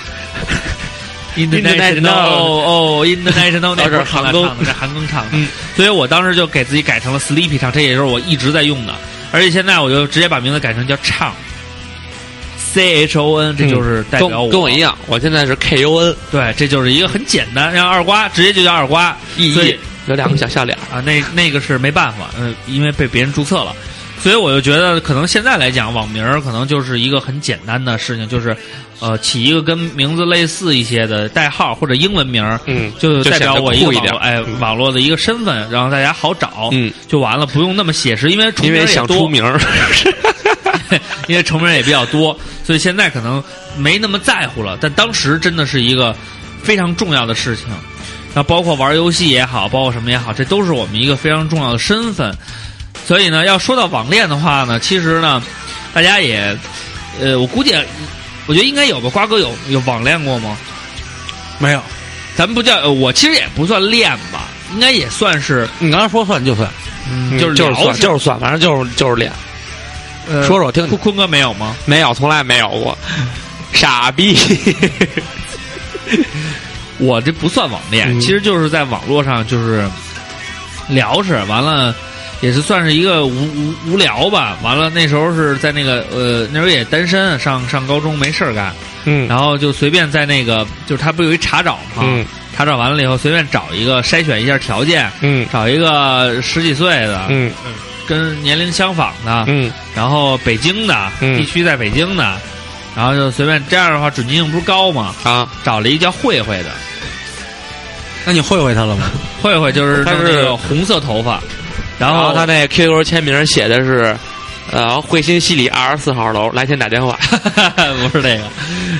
S3: international 哦哦 international 那
S4: 这
S3: 是
S4: 是
S3: 韩庚
S4: 韩庚
S3: 唱的，这韩庚唱的，
S4: 嗯
S3: 所以我当时就给自己改成了 Sleepy 唱，这也是我一直在用的，而且现在我就直接把名字改成叫唱，C H O N，这就是代
S4: 嗯跟
S3: 表我，
S4: 跟我一，样，我现在是 KUN，
S3: 对，这就是一个很简单，让二瓜直接就叫二瓜，
S4: 意
S3: 所以
S4: 义有两个小笑脸。
S3: 啊，那那个是没办法，嗯、因为被别人注册了，所以我就觉得可能现在来讲，网名儿可能就是一个很简单的事情，就是呃起一个跟名字类似一些的代号或者英文名儿，
S4: 嗯
S3: 就代表我一个
S4: 就显得酷一
S3: 网
S4: 点
S3: 络哎
S4: 嗯
S3: 网络的一个身份，然后大家好找，
S4: 嗯，
S3: 就完了，不用那么写实，因为重
S4: 因
S3: 名
S4: 为
S3: 儿也
S4: 想出
S3: 多，
S4: 名 儿，
S3: 因为重名儿也比较多，所以现在可能没那么在乎了，但当时真的是一个非常重要的事情。那包括玩游戏也好，包括什么也好，这都是我们一个非常重要的身份。所以呢，要说到网恋的话呢，其实呢，大家也，呃，我估计，我觉得应该有吧。瓜哥有有网恋过吗？
S5: 没有，
S3: 咱们不叫，呃我其实也不算恋吧，应该也算是
S5: 你刚才说算就算，
S4: 嗯
S3: 就是
S4: 就是
S3: 聊
S4: 算
S3: 是
S4: 就是算，反正就是就是脸。
S3: 呃
S5: 嗯
S4: 说说我听
S3: 坤
S4: 听，
S3: 坤哥没有吗？
S4: 没有，从来没有过，傻逼。
S3: 我这不算网恋，
S4: 嗯
S3: 其实就是在网络上就是聊是完了。也是算是一个无无无聊吧，完了那时候是在那个呃那时候也单身，上上高中没事儿干，
S4: 嗯
S3: 然后就随便在那个就是他不有一查找嘛，
S4: 嗯
S3: 查找完了以后随便找一个筛选一下条件，
S4: 嗯
S3: 找一个十几岁的，
S4: 嗯
S3: 跟年龄相仿的，
S4: 嗯
S3: 然后北京的、
S4: 嗯
S3: 地区在北京的，然后就随便这样的话准确性不是高吗？
S4: 啊，
S3: 找了一叫慧慧的，
S5: 那你会会他了吗？
S3: 慧慧就是
S4: 她
S3: 弄
S4: 是
S3: 那个红色头发，然
S4: 然
S3: 后
S4: 后
S5: 哦
S4: 他那 QQ 签名写的是，呃，汇鑫西里二十四号楼，来先打电话。
S3: 不是这个，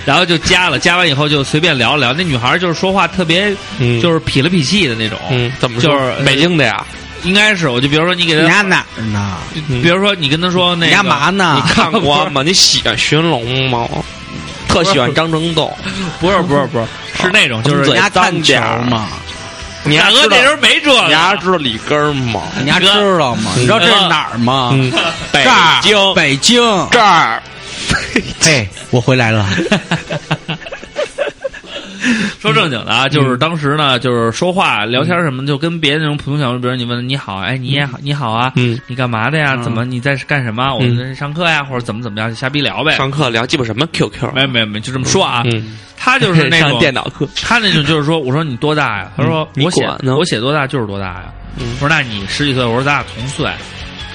S3: 然后就加了，加完以后就随便聊聊。那女孩就是说话特别，
S4: 嗯
S3: 就是痞了痞气的那种，
S4: 嗯，怎么
S3: 就
S4: 说
S3: 是
S4: 北京的呀？
S3: 应该是我就比如说你给
S5: 你
S3: 她，
S5: 家哪儿呢？
S4: 嗯
S3: 比如说你跟她说那
S5: 你
S3: 个
S5: 干嘛呢
S4: 你？看过吗？你喜欢寻龙吗？我特喜欢张争栋。
S3: 不是不是不是，是那种就是
S4: 嘴
S5: 你家
S4: 脏
S5: 看球
S4: 点儿
S5: 吗？
S4: 你
S3: 大
S4: 还
S3: 哥
S4: 知道
S3: 那时候没这
S4: 你还
S3: 个，
S4: 知道里根儿吗？
S5: 你家知道吗？你知道这是哪儿吗？
S4: 嗯，北
S5: 这儿
S4: 京
S5: 北嗯京。
S4: 这儿，
S5: 嘿，我回来 了。
S3: 说正经的
S5: 嗯
S3: 啊，就是当时呢，就是说话聊天什么，就跟别的那种普通小朋友，比如你问你好，哎，你也好，你好啊，
S4: 嗯，
S3: 你干嘛的呀？
S5: 嗯
S3: 怎么你在干什么？我们在上课呀，或者怎么怎么样，就瞎逼聊呗。
S4: 上课聊鸡巴什么 QQ？
S3: 没有没有没有，就这么说啊。
S4: 嗯，
S3: 他就是那
S4: 上
S3: 种
S4: 电脑课。
S3: 他那种就是说，我说你多大呀？他说
S4: 嗯
S3: 我写
S4: 你管呢
S3: 我写多大就是多大呀。
S4: 嗯
S3: 我说那你十几岁，我说咱俩同岁。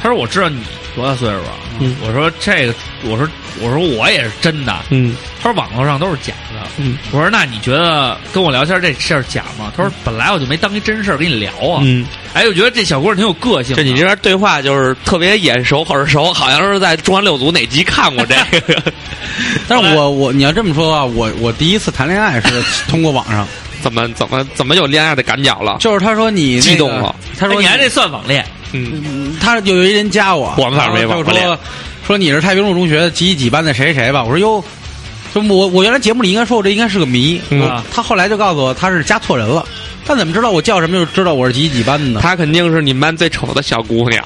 S3: 他说我知道你多大岁数啊
S4: 嗯。
S3: 我说这个，我说我说我也是真的。
S4: 嗯
S3: 他说网络上都是假的。
S4: 嗯
S3: 我说那你觉得跟我聊天这事儿假吗？他说本来我就没当一真事儿跟你聊啊。
S4: 嗯，
S3: 哎，我觉得这小姑娘挺有个性
S4: 就
S3: 的。
S4: 你这边对话就是特别眼熟耳熟，好像是在《中华六组》哪集看过这 个？
S5: 但是我我你要这么说啊，我我第一次谈恋爱是通过网上，
S4: 怎么怎么怎么有恋爱的感觉了？
S5: 就是他说你那个
S4: 激动了，
S5: 他
S3: 哎
S5: 说
S3: 你还这算网恋？
S4: 嗯，
S5: 他有一人加我，
S4: 我们反正没
S5: 然后
S4: 网
S5: 就
S4: 恋
S5: 说说你是太平路中学几几班的谁谁吧，我说哟。就我我原来节目里应该说我这应该是个谜，
S4: 嗯
S3: 啊
S5: 我他后来就告诉我他是加错人了，他怎么知道我叫什么就知道我是几几班的呢？
S4: 她肯定是你们班最丑的小姑娘。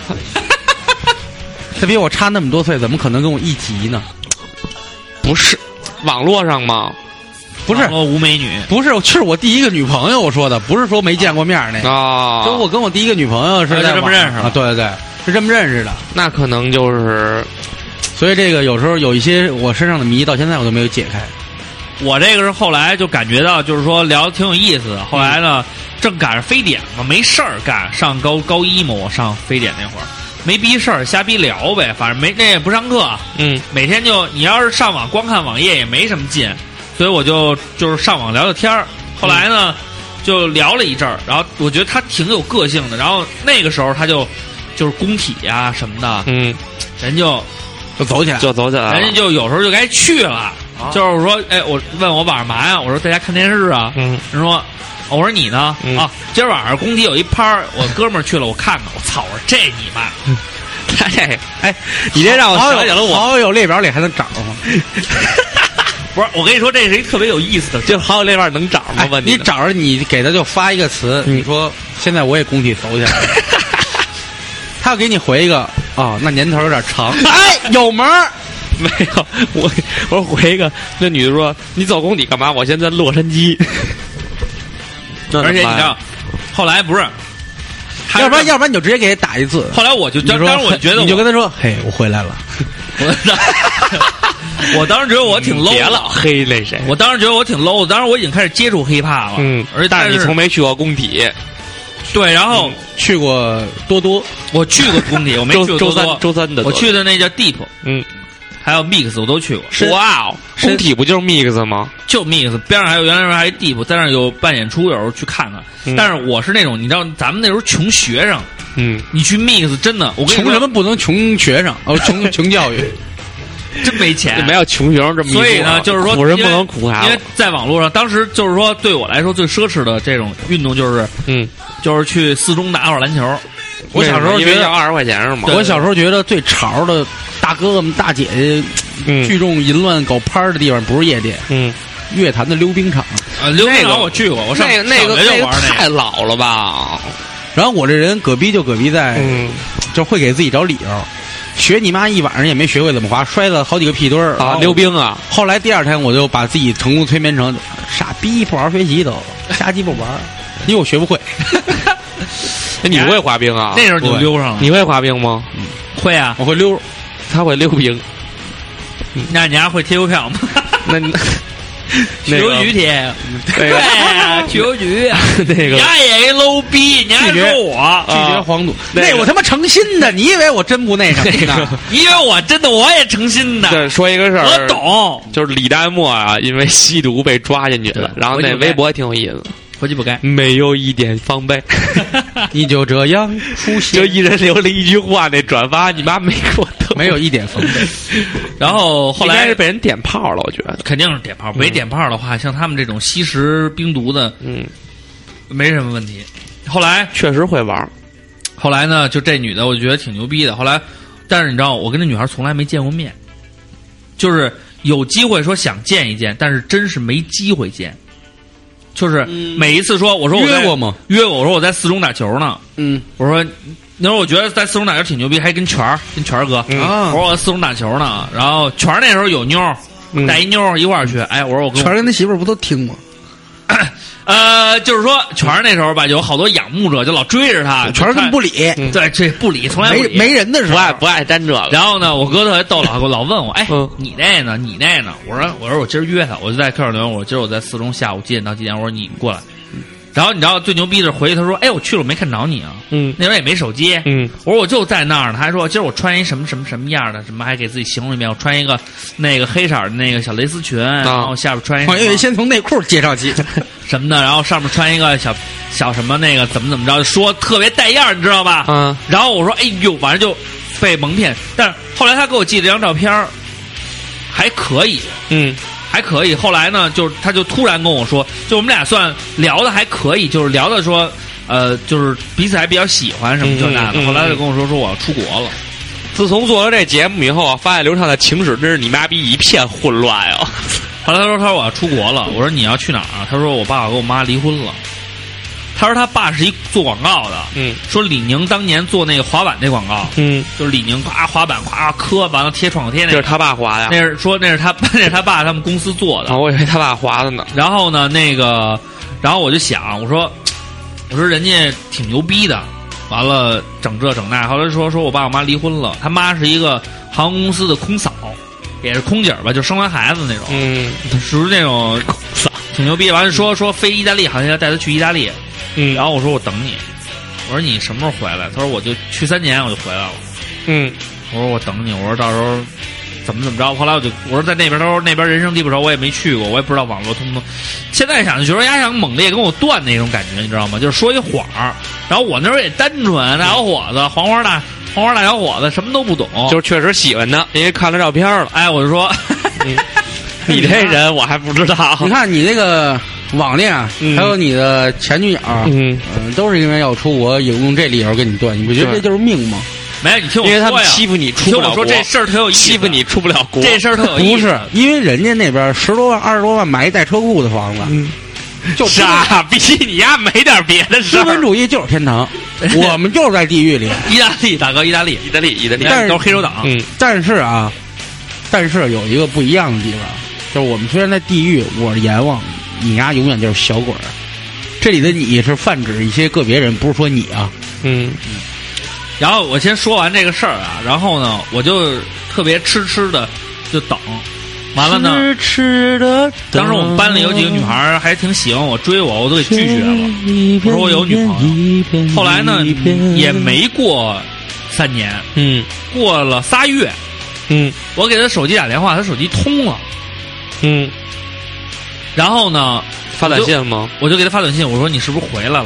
S5: 他比我差那么多岁，怎么可能跟我一级呢？
S4: 不是，网络上吗？
S5: 不是
S3: 网络无美女，
S5: 不是，是我第一个女朋友，我说的不是说没见过面儿
S3: 哎
S5: 那个，
S4: 啊，
S5: 跟我跟我第一个女朋友是
S3: 啊
S5: 在
S3: 就这么
S5: 网
S3: 认识
S5: 啊
S3: 了，
S5: 对对对，是这么认识的。
S4: 那可能就是
S5: 所以这个有时候有一些我身上的谜，到现在我都没有解开。
S3: 我这个是后来就感觉到，就是说聊得挺有意思的。后来呢，正赶上非典嘛，没事儿干，上高高一嘛，我上非典那会儿没逼事儿，瞎逼聊呗，反正没那也不上课，
S4: 嗯
S3: 每天就你要是上网光看网页也没什么劲，所以我就就是上网聊聊天儿。后来呢，就聊了一阵儿，然后我觉得他挺有个性的。然后那个时候他就就是工体呀、什么的，
S4: 嗯，
S3: 人就
S5: 就走起来，
S4: 啊就走起来
S3: 人
S4: 了
S3: 家。就有时候就该去了。就是说，哎，我问我晚上嘛呀？我说在家看电视啊。
S4: 嗯
S3: 人说，我说你呢？
S4: 嗯
S3: 啊，今儿晚上工体有一趴儿，我哥们儿去了，我看看。我操！我说这你妈！
S4: 他这 哎，你这
S3: 哦
S4: 让我
S5: 好
S4: 想
S5: 友
S4: 起了我，
S5: 好友列表里还能找吗？
S3: 不是，我跟你说，这是一特别有意思的事
S4: 就好友那边能找吗
S5: 哎？
S4: 问
S5: 你
S4: 呢
S5: 找着你给他就发一个词，
S4: 嗯
S5: 你说现在我也工体走起来了，他要给你回一个哦，那年头有点长， 哎，有门儿。
S4: 没有？我我回一个，那女的说：“你走工体干嘛？我现在洛杉 矶。那
S3: 而且你
S4: 怎么
S3: 知
S4: 办
S3: 道，后来不是，还
S5: 要不然
S3: 是
S5: 要不然你就直接给他打一字，
S3: 后来我就
S5: 你
S3: 当
S5: 说
S3: 当时我觉得
S5: 你就
S3: 我
S5: 跟他说，嘿，我回来了，
S3: 我我当时觉得我挺 low
S4: 别
S3: 的
S4: 老黑那谁。
S3: 我当时觉得我挺 low 的，当时我已经开始接触 hiphop 了，
S4: 嗯，
S3: 而且
S4: 但
S3: 但
S4: 是你从没去过工体，
S3: 对，然后
S5: 去过多多，
S3: 我去过工体，我没去
S4: 周
S3: 过
S4: 周
S3: 多多
S4: 三周三的
S3: 我去的那叫 Deep，
S4: 嗯，
S3: 还有 Mix 我都去过，
S4: 哇哦，
S5: 深
S4: 工体不就是 mix 吗？
S3: 就 Mix 边上还有原来时候还有 Deep，在那儿有办演出，有时候去看看。
S4: 嗯
S3: 但是我是那种你知道，咱们那时候穷学生，
S4: 嗯，
S3: 你去 Mix 真的，我跟你
S5: 穷
S3: 说
S5: 什么不能穷学生哦， 穷穷教育，
S3: 真没钱，
S4: 没有穷学生这么一说啊，
S3: 哎所以呢，就是说，
S4: 苦人不
S3: 因为
S4: 能苦孩
S3: 因
S4: 子
S3: 为。在网络上，当时就是说，对我来说最奢侈的这种运动就是
S4: 嗯，
S3: 就是去四中打会儿篮球。
S5: 我小时候
S4: 因
S5: 觉
S4: 为
S5: 得
S4: 要二十块钱是吗？
S5: 我小时候觉得最潮的大哥哥们、大姐姐
S4: 嗯
S5: 聚众淫乱搞趴儿的地方不是夜店，
S4: 嗯
S5: 乐坛的溜冰场。
S3: 啊，溜冰
S4: 那个
S3: 场我去过，我上
S4: 那个那个
S3: 上学
S4: 那
S3: 就
S4: 个
S3: 玩那
S4: 太
S3: 个。
S4: 老了吧？
S5: 然后我这人葛逼就葛逼在，
S4: 嗯，
S5: 就会给自己找理由。学你妈一晚上也没学会怎么滑，摔了好几个屁墩儿
S4: 啊，溜。冰啊，
S5: 后来第二天我就把自己成功催眠成傻逼，不好好学习都瞎鸡巴玩儿，因为我学不会。
S4: 哎你会滑冰啊？
S3: 那时候你就溜上了，
S4: 你会滑冰吗？
S3: 会啊？
S5: 我会溜，
S4: 他会溜冰，
S3: 那你还会贴邮票吗？
S4: 那
S3: 去
S4: 那
S3: 邮局贴，
S4: 那
S3: 对
S4: 个
S3: 啊，去邮局啊。
S4: 那
S3: 你
S4: 个啊
S3: 丫也一 low 逼，你还
S5: 拒绝
S3: 说我，
S5: 拒绝黄赌，
S4: 那个
S5: 那哎我他妈诚心的，你以为我真不那什 么
S4: 那
S5: 呢
S4: 个？
S3: 因为我真的我也诚心的，
S4: 对，说一个事儿，
S3: 我懂，
S4: 就是李代沫啊，因为吸毒被抓进去了，
S3: 对
S4: 然后
S3: 我就
S4: 那
S3: 该
S4: 微博还挺有意思，
S3: 回去不该。
S4: 没有一点防 备，
S5: 你就这样出
S4: 就
S5: 现，
S4: 一人留了一句话，那转发你妈没给我登，
S5: 没有一点风备。
S3: 然后后
S4: 后来
S3: 来
S4: 是被人点炮了，我觉得，
S3: 肯定是点炮，没点炮的话，像他们这种吸食冰毒的，
S4: 嗯，
S3: 没什么问题。后来
S4: 确实会玩儿，
S3: 后来呢，就这女的，我觉得挺牛逼的。后来，但是你知道，我跟这女孩从来没见过面，就是有机会说想见一见，但是真是没机会见。就是每一次说，我说我在
S5: 约过吗？
S3: 约过，我说我在四中打球呢。
S5: 嗯
S3: 我说，那时候我觉得在四中打球挺牛逼，还跟权儿跟权儿哥，
S4: 嗯
S5: 啊
S3: 我，说我在四中打球呢。然后权儿那时候有妞儿，
S4: 嗯
S3: 带一妞儿一块儿去。哎，我说我跟我
S7: 全跟他媳妇儿不都听吗？
S3: 呃，就是说权儿那时候吧，有好多仰慕者就老追着
S5: 啊
S3: 他，
S7: 全根本不理，
S4: 嗯
S3: 对这不理，从来不
S7: 没
S3: 理
S7: 没人的时
S4: 不
S7: 候，
S4: 爱不爱沾这个，
S3: 然后呢，我哥特别逗了，老问我，哎
S4: 嗯，
S3: 你那呢？你那呢？我说，我说我今儿约他，我就在科尔伦，我今儿我在四中下午几点到几点？我说你过来。然后你知道最牛逼的是回去，他说，哎，我去了，我没看着你啊。
S4: 嗯
S3: 那时候也没手机，
S4: 嗯，
S3: 我说我就在那儿呢。他还说今儿我穿一什么什么什么样的，什么还给自己形容一遍，我穿一个那个黑色的那个小蕾丝裙，
S4: 啊
S3: 然后下边穿一
S5: 我以
S3: 个
S5: 为先从内裤介绍起。
S3: 什么的，然后上面穿一个小小什么那个怎么怎么着，说特别带样儿，你知道吧？
S4: 啊，
S3: 然后我说：“哎呦，反正就被蒙骗。”但是后来他给我寄了张照片儿，还可以，
S4: 嗯，
S3: 还可以。后来呢，就是他就突然跟我说，就我们俩算聊的还可以，就是聊的说，呃，就是彼此还比较喜欢什么这那
S4: 嗯嗯
S3: 的。
S4: 嗯
S3: 后来他就跟我说说我要出国了，
S4: 自从做了这节目以后啊，发现刘畅的情史真是你妈逼一片混乱啊，
S3: 后来他说他说我要出国了，我说你要去哪儿啊？他说我爸跟我妈离婚了。他说他爸是一做广告的，
S4: 嗯
S3: 说李宁当年做那个滑板那广告，
S4: 嗯，
S3: 就是李宁夸滑板夸磕完了贴创可贴那
S4: 这
S3: 个
S4: 是他爸啊滑
S3: 那
S4: 呀，
S3: 是说那是他 那是他爸他们公司做
S4: 啊，
S3: 的。
S4: 我以为他爸滑的呢，
S3: 然后呢，那个，然后我就想，我说，我说人家挺牛逼的，完了整这整那，后来说说我爸我妈离婚了，他妈是一个航空公司的空嫂，也是空姐儿吧，就生完孩子那种，
S4: 嗯
S3: 属于那种空嫂，挺牛逼。完了说说飞意大利，好像要带他去意大利，
S4: 嗯
S3: 然后我说我等你，我说你什么时候回来？他说我就去三年我就回来了。
S4: 嗯，
S3: 我说我等你，我说到时候怎么怎么着。后来我就我说在那边，他说那边人生地不熟，我也没去过，我也不知道网络通不通。现在想，就觉得丫想猛烈跟我断那种感觉，你知道吗？就是说一谎儿。然后我那时候也单纯，大小伙子，黄花大黄花大小伙子，什么都不懂。
S4: 就是确实喜欢他，因为看了照片了。
S3: 哎，我就说，
S4: 你这人我还不知道，
S5: 你看你这个网恋啊，
S4: 嗯
S5: 还有你的前女友啊，
S4: 嗯，
S5: 嗯，都是因为要出国，有用这理由跟你断，你不觉得
S4: 对
S5: 这就是命吗？
S3: 没有，你嗯听我
S4: 因为他
S3: 说
S4: 们
S3: 呀，
S4: 欺负你
S3: 你
S4: 出
S3: 听
S4: 不了
S3: 我说
S4: 国，
S3: 这事儿特有意思，
S4: 欺负你出不了国，
S3: 这事儿特有意思。
S5: 不是，因为人家那边十多万、二十多万买一带车库的房子，就资本
S4: 傻逼，你丫没点别的事
S5: 资
S4: 儿
S5: 本。主义就是天 堂，我们就是在地狱里。
S3: 意大利，大哥，意大利，
S4: 意大利，意大利
S3: 意，大利都是黑手党。
S4: 嗯
S5: 但是啊，但是有一个不一样的地方，就是我们虽然在地狱，我是阎王，你呀、永远就是小鬼儿。这里的你是泛指一些个别人，不是说你啊。
S4: 嗯
S3: 然后我先说完这个事儿啊，然后呢，我就特别痴痴的就等，完了呢，
S5: 痴痴的，
S3: 当时我们班里有几个女孩儿还挺喜欢我，追我，我都给拒绝了。
S5: 了
S3: 我说我有女朋
S5: 友
S3: 后来呢，也没过三年，
S4: 嗯
S3: 过了仨月，
S4: 嗯
S3: 我给她手机打电话，她手机通了，
S4: 嗯，
S3: 然后呢，
S4: 发短信吗？
S3: 我就给她发短信，我说你是不是回来了？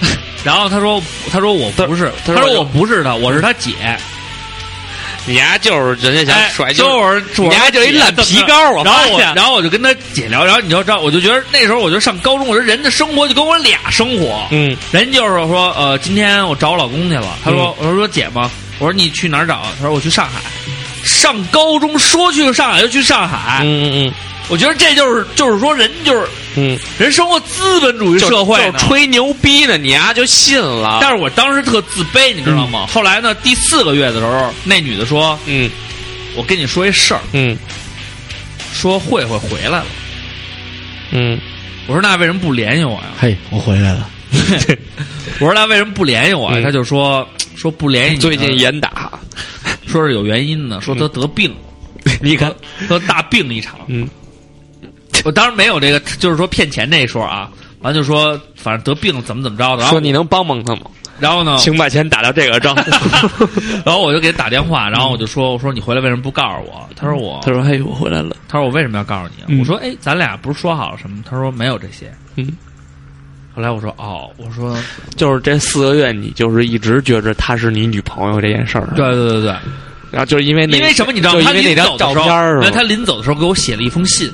S3: 然后她说，她说我不是，
S4: 她
S3: 她
S4: 她说
S3: 说
S4: 我
S3: 我不是她，我是她姐，
S4: 你丫就是人家
S3: 哎
S4: 想甩，
S3: 就是是
S4: 你
S3: 我
S4: 丫就一烂皮膏，我
S3: 然
S4: 发
S3: 后我，
S4: 现
S3: 然后我就跟她姐聊，然后你就知道，我就觉得那时候我就上高中，我说人的生活就跟我俩生活，
S4: 嗯
S3: 人就是说，呃，今天我找我老公去了。他说，
S4: 嗯
S3: 我说姐吗？我啊说你去哪儿找？他说我去上海。上高中说去上海就去上海，
S4: 嗯嗯
S3: 我觉得这就是就是说人就是
S4: 嗯，
S3: 人生活资本主义
S4: 就
S3: 社会
S4: 就
S3: 呢
S4: 吹牛逼呢，你丫就信了。
S3: 但是我当时特自卑，你知道吗？后来呢，第四个月的时候，那女的说
S4: 嗯：“
S3: 我跟你说一事儿，
S4: 嗯
S3: 说慧慧回来了。
S4: 嗯，”
S3: 我说：“那为什么不联系我呀
S5: 嘿，我回来了，？”
S3: 我说：“那为什么不联系我呀？”
S4: 嗯
S3: 她就说：“说不联系你，
S4: 最近嗯严打，
S3: 说是有原因的，说她得病，
S4: 你看，
S3: 说大病一场。”
S4: 嗯
S3: 我当时没有这个，就是说骗钱这一说啊。完就说，反正得病了怎么怎么着的，然
S4: 说
S3: 后
S4: 你能帮帮他吗？
S3: 然后呢，
S4: 请把钱打到这个账。
S3: 然后我就给他打电话，然后我就
S4: 嗯
S3: 说，我说你回来为什么不告诉我？他说我，
S4: 他说：“哎， 我回来了。
S3: 他说我为什么要告诉你啊？
S4: 嗯
S3: 我说哎，咱俩不是说好了什么？他说没有这些。”
S4: 嗯，
S3: 后来我说哦，我说
S4: 就是这四个月，你就是一直觉着她是你女朋友这件事儿。啊
S3: 对，对对对，
S4: 然后就是因为那
S3: 因为什么你知道
S4: 就
S3: 吗？他
S4: 因为那
S3: 临
S4: 张
S3: 走的
S4: 照
S3: 时
S4: 片
S3: 候，
S4: 儿啊
S3: 因为
S4: 是吧
S3: 他临走的时候给我写了一封信，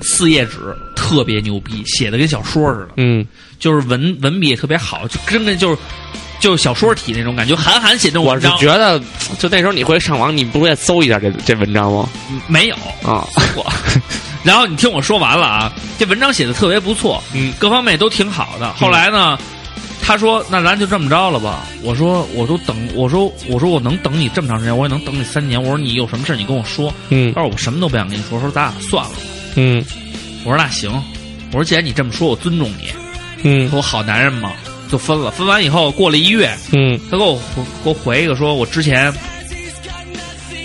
S3: 四页纸，特别牛逼，写的跟小说似的，
S4: 嗯，
S3: 就是文文笔也特别好，就真的就是就是小说体那种感觉。韩寒写这种
S4: 我
S3: 文
S4: 是
S3: 章
S4: 觉得，就那时候你会上网，你不会搜一下这这文章吗？
S3: 没有，
S4: 啊，
S3: 我。然后你听我说完了啊，这文章写的特别不错，
S4: 嗯，
S3: 各方面都挺好的。后来呢，他说：“那咱就这么着了吧？”我说：“我都等，我说我说我能等你这么长时间，我也能等你三年。我说你有什么事儿你跟我说。”
S4: 嗯
S3: 他说：“我什么都不想跟你说。”说咱俩算了。
S4: 嗯
S3: 我说：“那行。”我说：“既然你这么说，我尊重你。
S4: 嗯”
S3: 我好男人嘛，就分了。分完以后，过了一月，
S4: 嗯
S3: 他给我回给我回一个说，我之前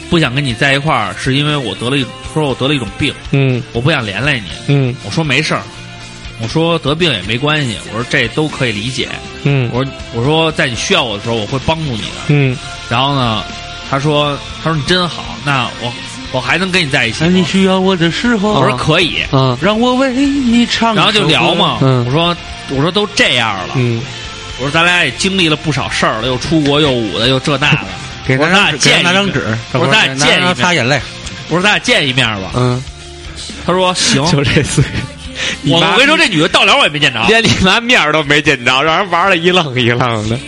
S3: 不想跟你在一块儿，是因为我得了一说我得了一种病，
S4: 嗯
S3: 我不想连累你。
S4: 嗯
S3: 我说没事儿，我说得病也没关系，我说这都可以理解。
S4: 嗯
S3: 我说我说在你需要我的时候，我会帮助你的。
S4: 嗯，
S3: 然后呢，他说他说你真好，那我我还能跟你在一
S4: 哎
S3: 起吗。
S5: 你需要我的时
S3: 我
S5: 候，
S3: 说可以，
S4: 啊
S5: 让我为你唱。
S3: 然后就聊嘛。
S4: 嗯
S3: 我说我说都这样了，
S4: 嗯，
S3: 我说咱俩也经历了不少事儿了，又出国又舞的又这那的。
S5: 给
S3: 我
S5: 他
S3: 说咱俩见一
S5: 拿张
S3: 面
S5: 纸，
S3: 我说咱俩见一
S5: 拿
S3: 面
S5: 擦眼泪。
S3: 我说咱俩见一面吧。
S4: 嗯，
S3: 他说行。
S4: 就这四个，
S3: 我
S4: 妈
S3: 我跟你说，这女的到了我也没见着，
S4: 连你妈面儿都没见着，让人玩的一愣一愣的。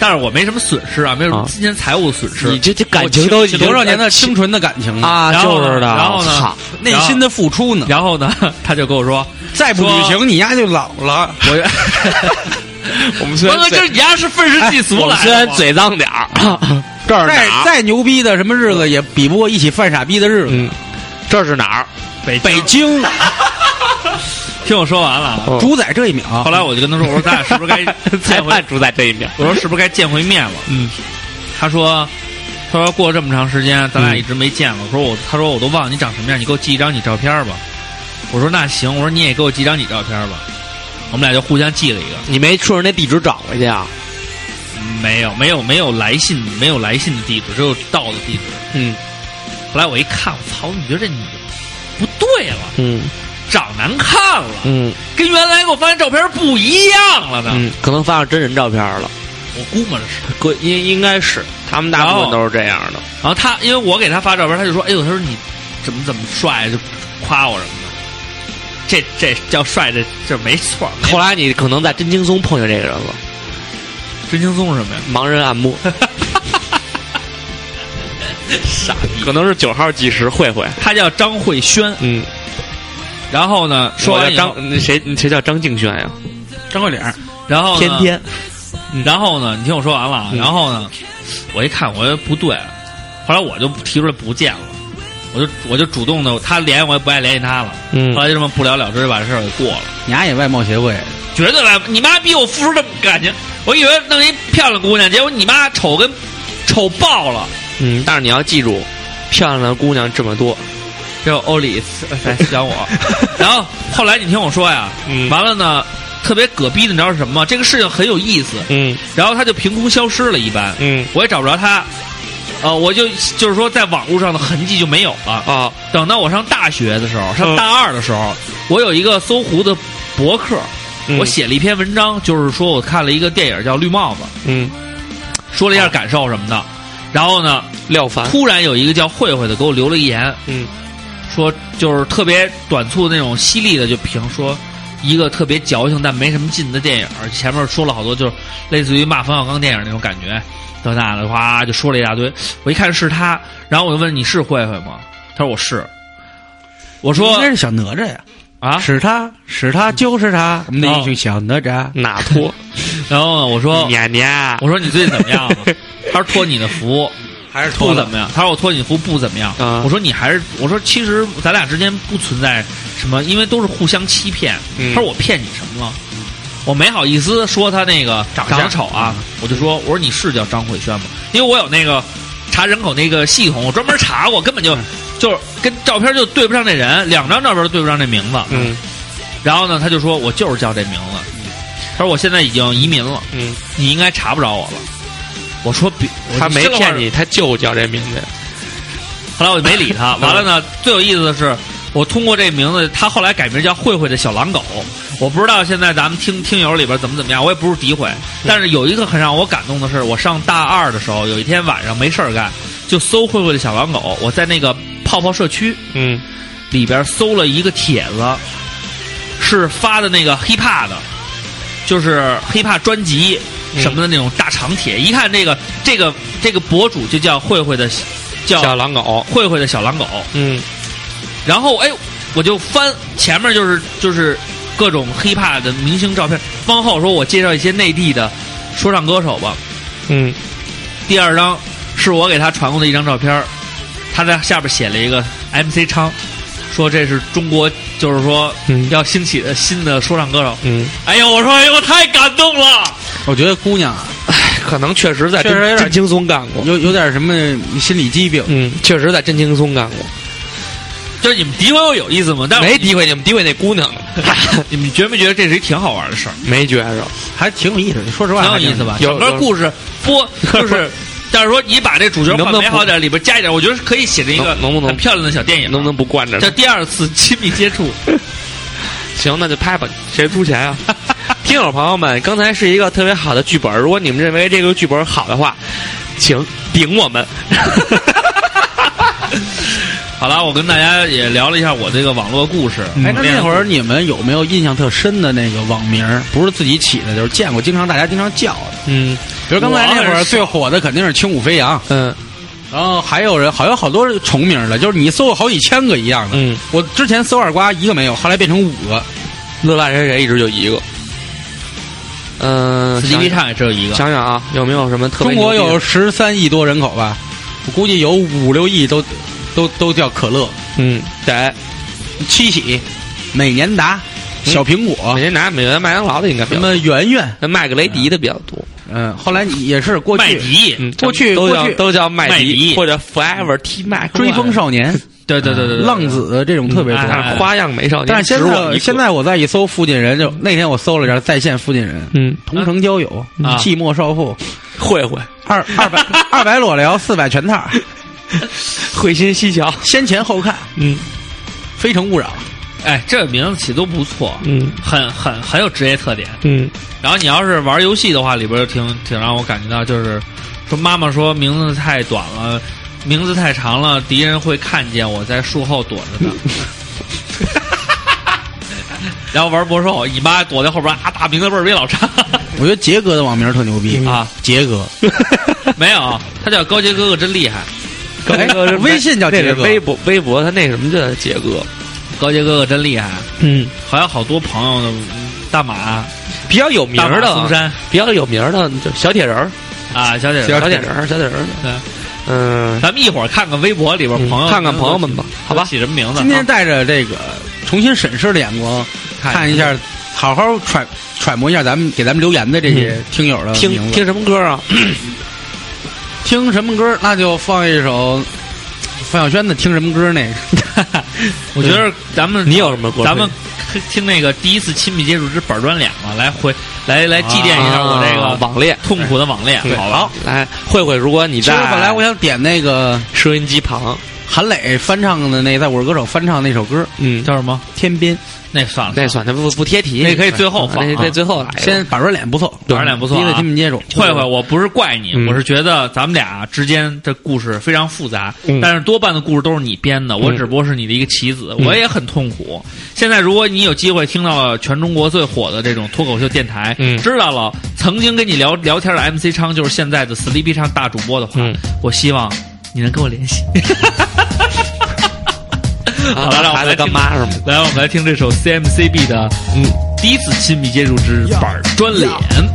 S3: 但是我没什么损失啊，没有什么
S4: 啊
S3: 金钱财务损失。
S4: 这这
S3: 感情都已经
S5: 多少年的清纯的感情，
S4: 啊，
S3: 然后
S4: 就
S3: 呢
S4: 是的，
S3: 然后呢
S4: 操
S5: 内心的付出 呢？
S3: 然后呢，他就跟我说，
S5: 再不履行，你丫就老了。
S3: 我
S4: 我们虽
S3: 王
S4: 然
S3: 哥，这
S4: 嘴
S3: 你丫是愤世嫉俗
S4: 我们
S3: 来
S4: 虽
S3: 的
S4: 然
S3: 吗，
S4: 嘴脏点儿， 这是
S5: 再
S4: 哪儿？
S5: 再牛逼的什么日子也比不过一起犯傻逼的日子。
S4: 嗯，这是哪儿？
S3: 北
S5: 北京
S3: 听我说完了啊。
S4: 哦
S5: 主宰这一秒，
S3: 后来我就跟他说，我说咱俩是不是 该
S4: 裁
S3: 见回
S4: 判？主宰这一面。
S3: 我说是不是该见回面了？
S4: 嗯，
S3: 他说，他说过这么长时间，咱俩一直没见了。我说我，他说我都忘了你长什么样，你给我寄一张你照片吧。我说那行，我说你也给我寄张你照片吧。我们俩就互相寄了一个，
S4: 你没顺着那地址找回去啊？
S3: 没有，没有，没有来信，没有来信的地址，只有到的地址。
S4: 嗯
S3: 后来我一看，我操，你觉得这女的不对了，
S4: 嗯
S3: 长难看了，
S4: 嗯
S3: 跟原来给我发现照片不一样了呢。
S4: 嗯，可能发上真人照片了，
S3: 我估摸着是。
S4: 哥应应该是哦他们大部分都是这样的。
S3: 然后他因为我给他发照片，他就说：“哎呦，他说你怎么怎么帅，就夸我什么的。”这这叫帅，这这没错。
S4: 后来你可能在真轻松碰见这个人了，
S3: 真轻松什么呀？
S4: 盲人按摩，
S3: 傻逼！
S4: 可能是九号计时慧慧。
S3: 他叫张慧轩，
S4: 嗯，
S3: 然后呢，说
S4: 我
S3: 完
S4: 叫
S3: 以后，
S4: 张那谁那谁叫张敬轩呀？
S5: 张嗯桂脸，
S3: 然后呢
S4: 天，天，
S3: 然后呢，你听我说完了啊，
S4: 嗯
S3: 然后呢，我一看我觉得不对，后来我就提出来不见了，我就我就主动的，他联系我也不爱联系他了，
S4: 嗯
S3: 后来就这么不了了之，就把这事儿给过了。
S5: 你丫也外貌协会，
S3: 绝对来不，你妈逼我付出这么感情，我以为弄一漂亮姑娘，结果你妈丑跟丑爆了。
S4: 嗯，但是你要记住，漂亮的姑娘这么多，
S3: 这欧里来想我， 然后后来你听我说呀，
S4: 嗯
S3: 完了呢，特别葛逼的，你知道是什么吗？这个事情很有意思，
S4: 嗯
S3: 然后他就凭空消失了一般，
S4: 嗯
S3: 我也找不着他，呃，我就就是说在网络上的痕迹就没有了。
S4: 啊，
S3: 等到我上大学的时候，上
S4: 嗯
S3: 大二的时候，我有一个搜狐的博客，
S4: 嗯
S3: 我写了一篇文章，就是说我看了一个电影叫《绿帽子》。
S4: 嗯，
S3: 说了一下
S4: 啊
S3: 感受什么的。然后呢，
S4: 廖凡，
S3: 突然有一个叫慧慧的给我留了一言，
S4: 嗯
S3: 说就是特别短促那种犀利的，就评说一个特别矫情但没什么劲的电影，前面说了好多就是类似于骂冯小刚电影那种感觉，这那的哗就说了一大堆。我一看是他，然后我就问你是慧慧吗？他说我是。我说
S5: 应该是小哪吒呀，
S3: 啊，
S5: 使他使他就是他，我们那一句小哪吒，
S4: 哪托
S3: 然后呢，我说
S4: 年年，
S3: 我说你最近怎么样啊？他说托你的福，
S5: 还是
S3: 不怎么样。他说我托你福不怎么样。
S4: 啊
S3: 我说你还是我说其实咱俩之间不存在什么，因为都是互相欺骗。
S4: 嗯
S3: 他说我骗你什么了？我没好意思说他那个长相
S4: 相
S3: 丑啊，我就说我说你是叫张慧轩吗？因为我有那个查人口那个系统，我专门查过，根本就就是跟照片就对不上这人，两张照片都对不上这名字。
S4: 嗯
S3: 然后呢，他就说我就是叫这名字。他说我现在已经移民了，
S4: 嗯，
S3: 你应该查不着我了。我说别，我
S4: 他没
S3: 这个话
S4: 骗你，他就叫这名字，
S3: 后来我就没理他。完了呢，最有意思的是，我通过这名字，他后来改名叫慧慧的小狼狗。我不知道现在咱们听听友里边怎么怎么样，我也不是诋毁，但是有一个很让我感动的是，我上大二的时候，有一天晚上没事儿干，就搜慧慧的小狼狗。我在那个泡泡社区
S4: 嗯
S3: 里边搜了一个帖子，是发的那个 hiphop 的，就是 hiphop 专辑什么的那种大长帖。一看这个这个这个博主就叫慧慧的，叫
S4: 叫狼狗，
S3: 慧慧的小狼狗。
S4: 嗯
S3: 然后哎，我就翻前面就是就是各种 hiphop 的明星照片，往后说我介绍一些内地的说唱歌手吧。
S4: 嗯
S3: 第二张是我给他传过的一张照片儿，他在下边写了一个 MC 昌，说这是中国就是说
S4: 嗯
S3: 要兴起的新的说唱歌手。
S4: 嗯，
S3: 哎呦，我说哎呦，我太感动了。
S5: 我觉得姑娘啊，
S4: 可能确实在
S5: 确实有
S4: 真
S5: 点
S4: 真轻松干过，
S5: 有有点什么心理疾病，
S4: 嗯，确实在真轻松干过，
S3: 就是你们诋毁我有意思吗？但是
S4: 没诋毁你们，诋毁那姑娘，
S3: 你们觉没觉得这是一挺好玩的事儿？
S4: 没觉着，
S5: 还挺有意思的。说 实话，
S3: 很有意思吧？
S4: 有
S3: 整个
S4: 有
S3: 故事 播就是，但是说你把这主角换
S4: 能不能
S3: 美好点，里边加一点，我觉得是可以写成一个
S4: 能能不能
S3: 很漂亮的小电影，啊
S4: 能不能不惯着她？
S3: 叫第二次亲密接触？
S4: 行，那就拍吧，谁出钱啊？ 听友朋友们，刚才是一个特别好的剧本，如果你们认为这个剧本好的话，请顶我 们。
S3: 好了，我跟大家也聊了一下我这个网络故事。
S4: 嗯
S3: 嗯
S5: 哎，那那会
S3: 儿
S5: 儿你们有没有印象特深的那个网名儿？不是自己起的，就是见过，经常大家经常叫的。
S4: 嗯
S5: 比如刚才那会
S3: 我
S5: 儿
S3: 是
S5: 最火的肯定是轻舞飞扬，
S4: 嗯
S5: 然后还有人好有好多是重名儿的，就是你搜过好几千个一样的。
S4: 嗯，
S5: 我之前搜二瓜一个没有，后来变成五个。
S4: 乐烂谁谁一直就一个。嗯、
S3: 死鸡
S4: 想
S3: 逼唱也只有一个，
S4: 想想啊，有没有什么特别
S5: 中国
S4: 牛逼
S5: 有
S4: 的
S5: 十三亿多人口吧，我估计有五六亿都都都叫可乐、
S4: 嗯，对，
S5: 七喜、美年达、小苹果
S4: 每、天拿嗯美元麦当劳的应该比
S5: 什
S4: 较多，
S5: 么圆圆，
S4: 哦那麦格雷迪的比较多。
S5: 嗯，后来也是过
S3: 麦
S5: 去
S3: 迪，
S4: 嗯，
S5: 过去
S4: 都
S5: 过
S4: 叫
S5: 去
S4: 都叫麦
S3: 麦迪
S4: 或者 Forever T Mac
S5: 追风少年、
S3: 对对对对对，
S5: 浪子这种特别多。
S3: 哎
S4: 但是花样美少年，
S5: 但是现
S4: 只我一
S5: 在
S4: 个
S5: 现在我再一搜附近人，就那天我搜了一下在线附近人，
S4: 嗯，
S5: 同城交友、
S3: 啊
S5: 寂寞少妇、
S4: 慧慧
S5: 二二百二百裸聊、四百全套、
S4: 慧心西桥，
S5: 先前后看、
S4: 嗯
S5: 非诚勿扰。
S3: 哎，这名字起都不错，
S4: 嗯
S3: 很很很有职业特点。
S4: 嗯
S3: 然后你要是玩游戏的话，里边就挺挺让我感觉到，就是说妈妈说名字太短了，名字太长了，敌人会看见我在树后躲着呢。 然后玩魔兽，你妈躲在后边啊，打名字辈儿比老长。
S5: 我觉得杰哥的网名特牛逼
S3: 啊，
S5: 杰哥，
S3: 没有，他叫高杰哥哥，真厉害。
S5: 哎微信叫
S4: 那
S5: 杰
S4: 是
S5: 哥，
S4: 啊微博微博他那什么叫杰哥，
S3: 高杰哥哥真厉害，
S4: 嗯，
S3: 好像好多朋友呢，嗯大马、
S4: 比较有名
S3: 大
S4: 儿
S3: 马嵩
S4: 的，啊
S3: 山
S4: 比较有名儿的就小铁人儿，
S3: 啊，小姐姐，
S4: 小铁人儿，小铁人儿，
S3: 对
S4: 嗯，
S3: 咱们一会儿看看微博里边朋友，
S4: 看看朋友们吧，好吧，
S3: 起什么名字？
S5: 今天带着这个重新审视的眼光
S3: 看
S5: 看一下，好好揣揣摩一下咱们给咱们留言的这些听友的
S4: 听
S5: 名字。
S4: 听什么歌啊？
S5: 听什么歌？那就放一首范晓萱的《听什么歌》那个。
S3: 我觉得咱们
S4: 你有什么歌？
S3: 咱们听那个第一次亲密接触之板砖脸嘛，来回来来祭奠一下我这
S4: 啊
S3: 个
S4: 网恋。
S3: 痛苦的网恋，
S4: 对
S3: 好吧？
S4: 来，慧慧，如果你
S5: 其实
S4: 在
S5: 本来我想点那个
S4: 收音机旁，
S5: 韩磊翻唱的那个在《我是歌手》翻唱那首歌
S4: 嗯，
S3: 叫什么？
S5: 《天边
S3: 那算了，
S4: 那算那不不贴题，
S3: 那可以最后放
S4: 那
S3: 啊
S4: 那最后来》，
S5: 先板砖脸不错，
S3: 板砖脸不错啊
S5: 第一次听你接触，
S3: 慧慧，我不是怪你，
S4: 嗯
S3: 我是觉得咱们俩之间的故事非常复杂，
S4: 嗯
S3: 但是多半的故事都是你编的，我
S4: 嗯
S3: 只不过是你的一个棋子，
S4: 嗯
S3: 我也很痛苦。现在如果你有机会听到了全中国最火的这种脱口秀电台，
S4: 嗯
S3: 知道了曾经跟你聊聊天的 MC 昌就是现在的 Sleepy 昌大主播的话，
S4: 嗯
S3: 我希望你能跟我联系。好了，让我们
S4: 孩
S3: 来
S4: 子干
S3: 听
S4: 啊妈是吗？
S3: 来，我们来听这首 CMCB 的嗯第一次亲密接触之板儿砖脸。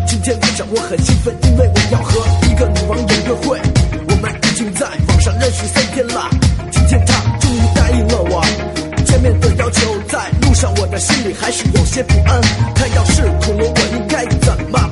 S7: 今天晚上我很兴奋，因为我要和一个女网友约会。我们已经在网上认识三天了，今天她终于答应了我见面的要求。在路上，我的心里还是有些不安。她要是恐龙，我应该怎么办？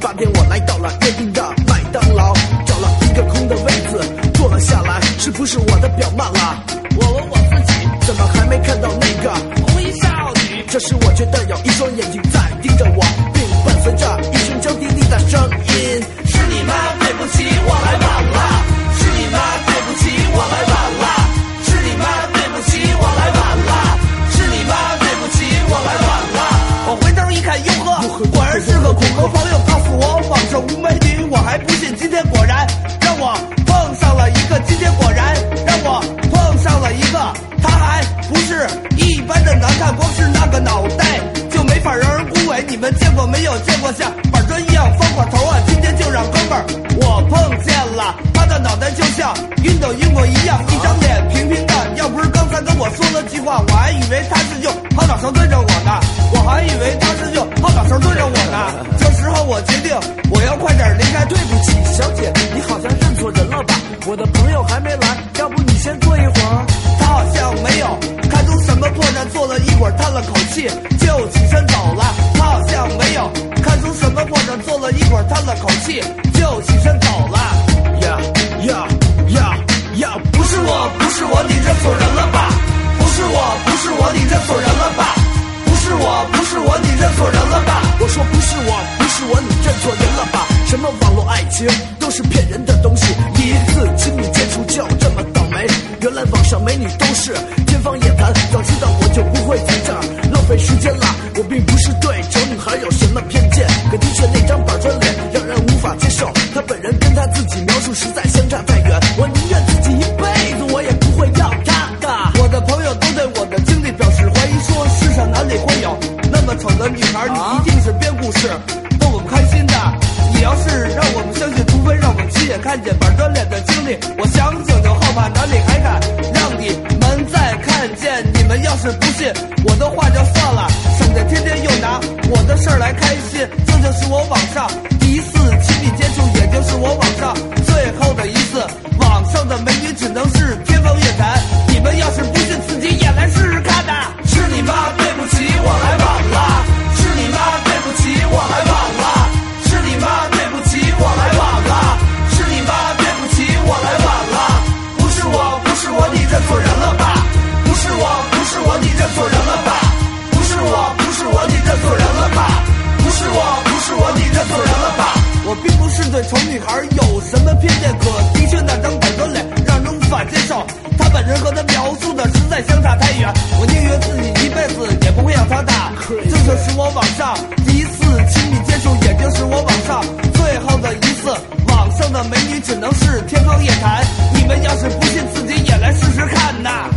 S7: 八点我来到了约定的麦当劳，找了一个空的位子坐了下来。是不是我的表慢了？我问我自己，怎么还没看到那个红衣少女？这时我觉得有一双眼睛在盯着我，并伴随着一声娇滴滴的声音：“是你妈，对不起，我来晚了。”是你妈，对不起，我来晚了。是你妈，对不起，我来晚了。是你妈，对不起，我来晚了。我回头一看，哟呵，果然是个恐龙朋友告诉我网上无美女，我还不信，今天果然让我碰上了一个，今天果然让我碰上了一个，他还不是一般的难看，光是那个脑袋就没法让人恭维。你们见过没有？见过像板砖一样方块头啊！今天就让哥们儿我碰见了，他的脑袋就像晕倒英国一样，一张脸平平的。要不是刚才跟我说了句话，我还以为他是用后脑勺对着我呢，我还以为他是用后脑勺对着我呢。这时候我决定，我要快点离开。对不起，小姐，你好像认错人了吧？我的朋友还没来，要不你先坐一会儿。他好像没有看出什么破绽，坐了一会儿，叹了口气，就起身走了。他好像没有看出什么破绽，坐了一会儿，叹了口气，就起身走了。呀呀呀呀！不是我，不是我，你认错人了吧？不是我，不是我，你认错人了吧？不是我，不是我，你认错人了吧？我说不是我，不是我，你认错人了吧？什么网络爱情都是骗人的东西，第一次亲密接触就这么倒霉。原来网上美女都是天方夜谭，早知道我就不会在这儿浪费时间了。我并不是对丑女孩有什么偏见，可的确那张板砖脸让人无法接受。她本人跟她自己描述实在相差太远，我宁愿自己一辈子我也不会要她的。我的朋友都对我的经历表示怀疑，说世上哪里会有那么丑的女孩？你一定是编故事逗我们开心的。你要是让我们相信，除非让我们亲眼看见板砖脸的经历，我想想就后怕，哪里还敢让你们再看见？你们要是不信，我的话就算了，省得天天又拿我的事儿来开心。这就是我网上第一次亲密接触，也就是我网上最后的一次。网上的美女只能是天方夜谭，你们要是不信，自己也来试试看呐、是你妈，对不起，我来晚了。是你妈，对不起，我来晚了。是你妈，对不起，我来晚了。是你妈，对不起，我来晚了。不是我，不是我，你认错人了吧？不是我，不是我，你认错人了吧？不是我，不是我，你认错人了吧？不是我，不是我，你认错人了吧？我并不是对丑女孩有什么偏见，可的确那张板砖脸让人无法接受。她本人和她描述的实在相差太远，我宁愿自己一辈子也不会让她大。这就是我网上第一次亲密接触，也就是我网上最后的一次。网上的美女只能是天方夜谭，你们要是不信，自己也来试试看呐。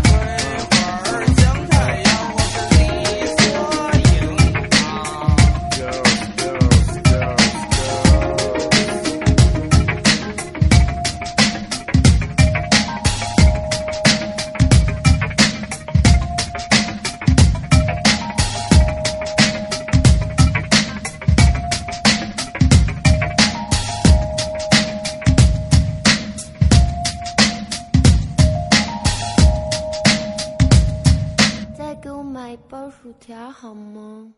S8: 再给我买一包薯条好吗？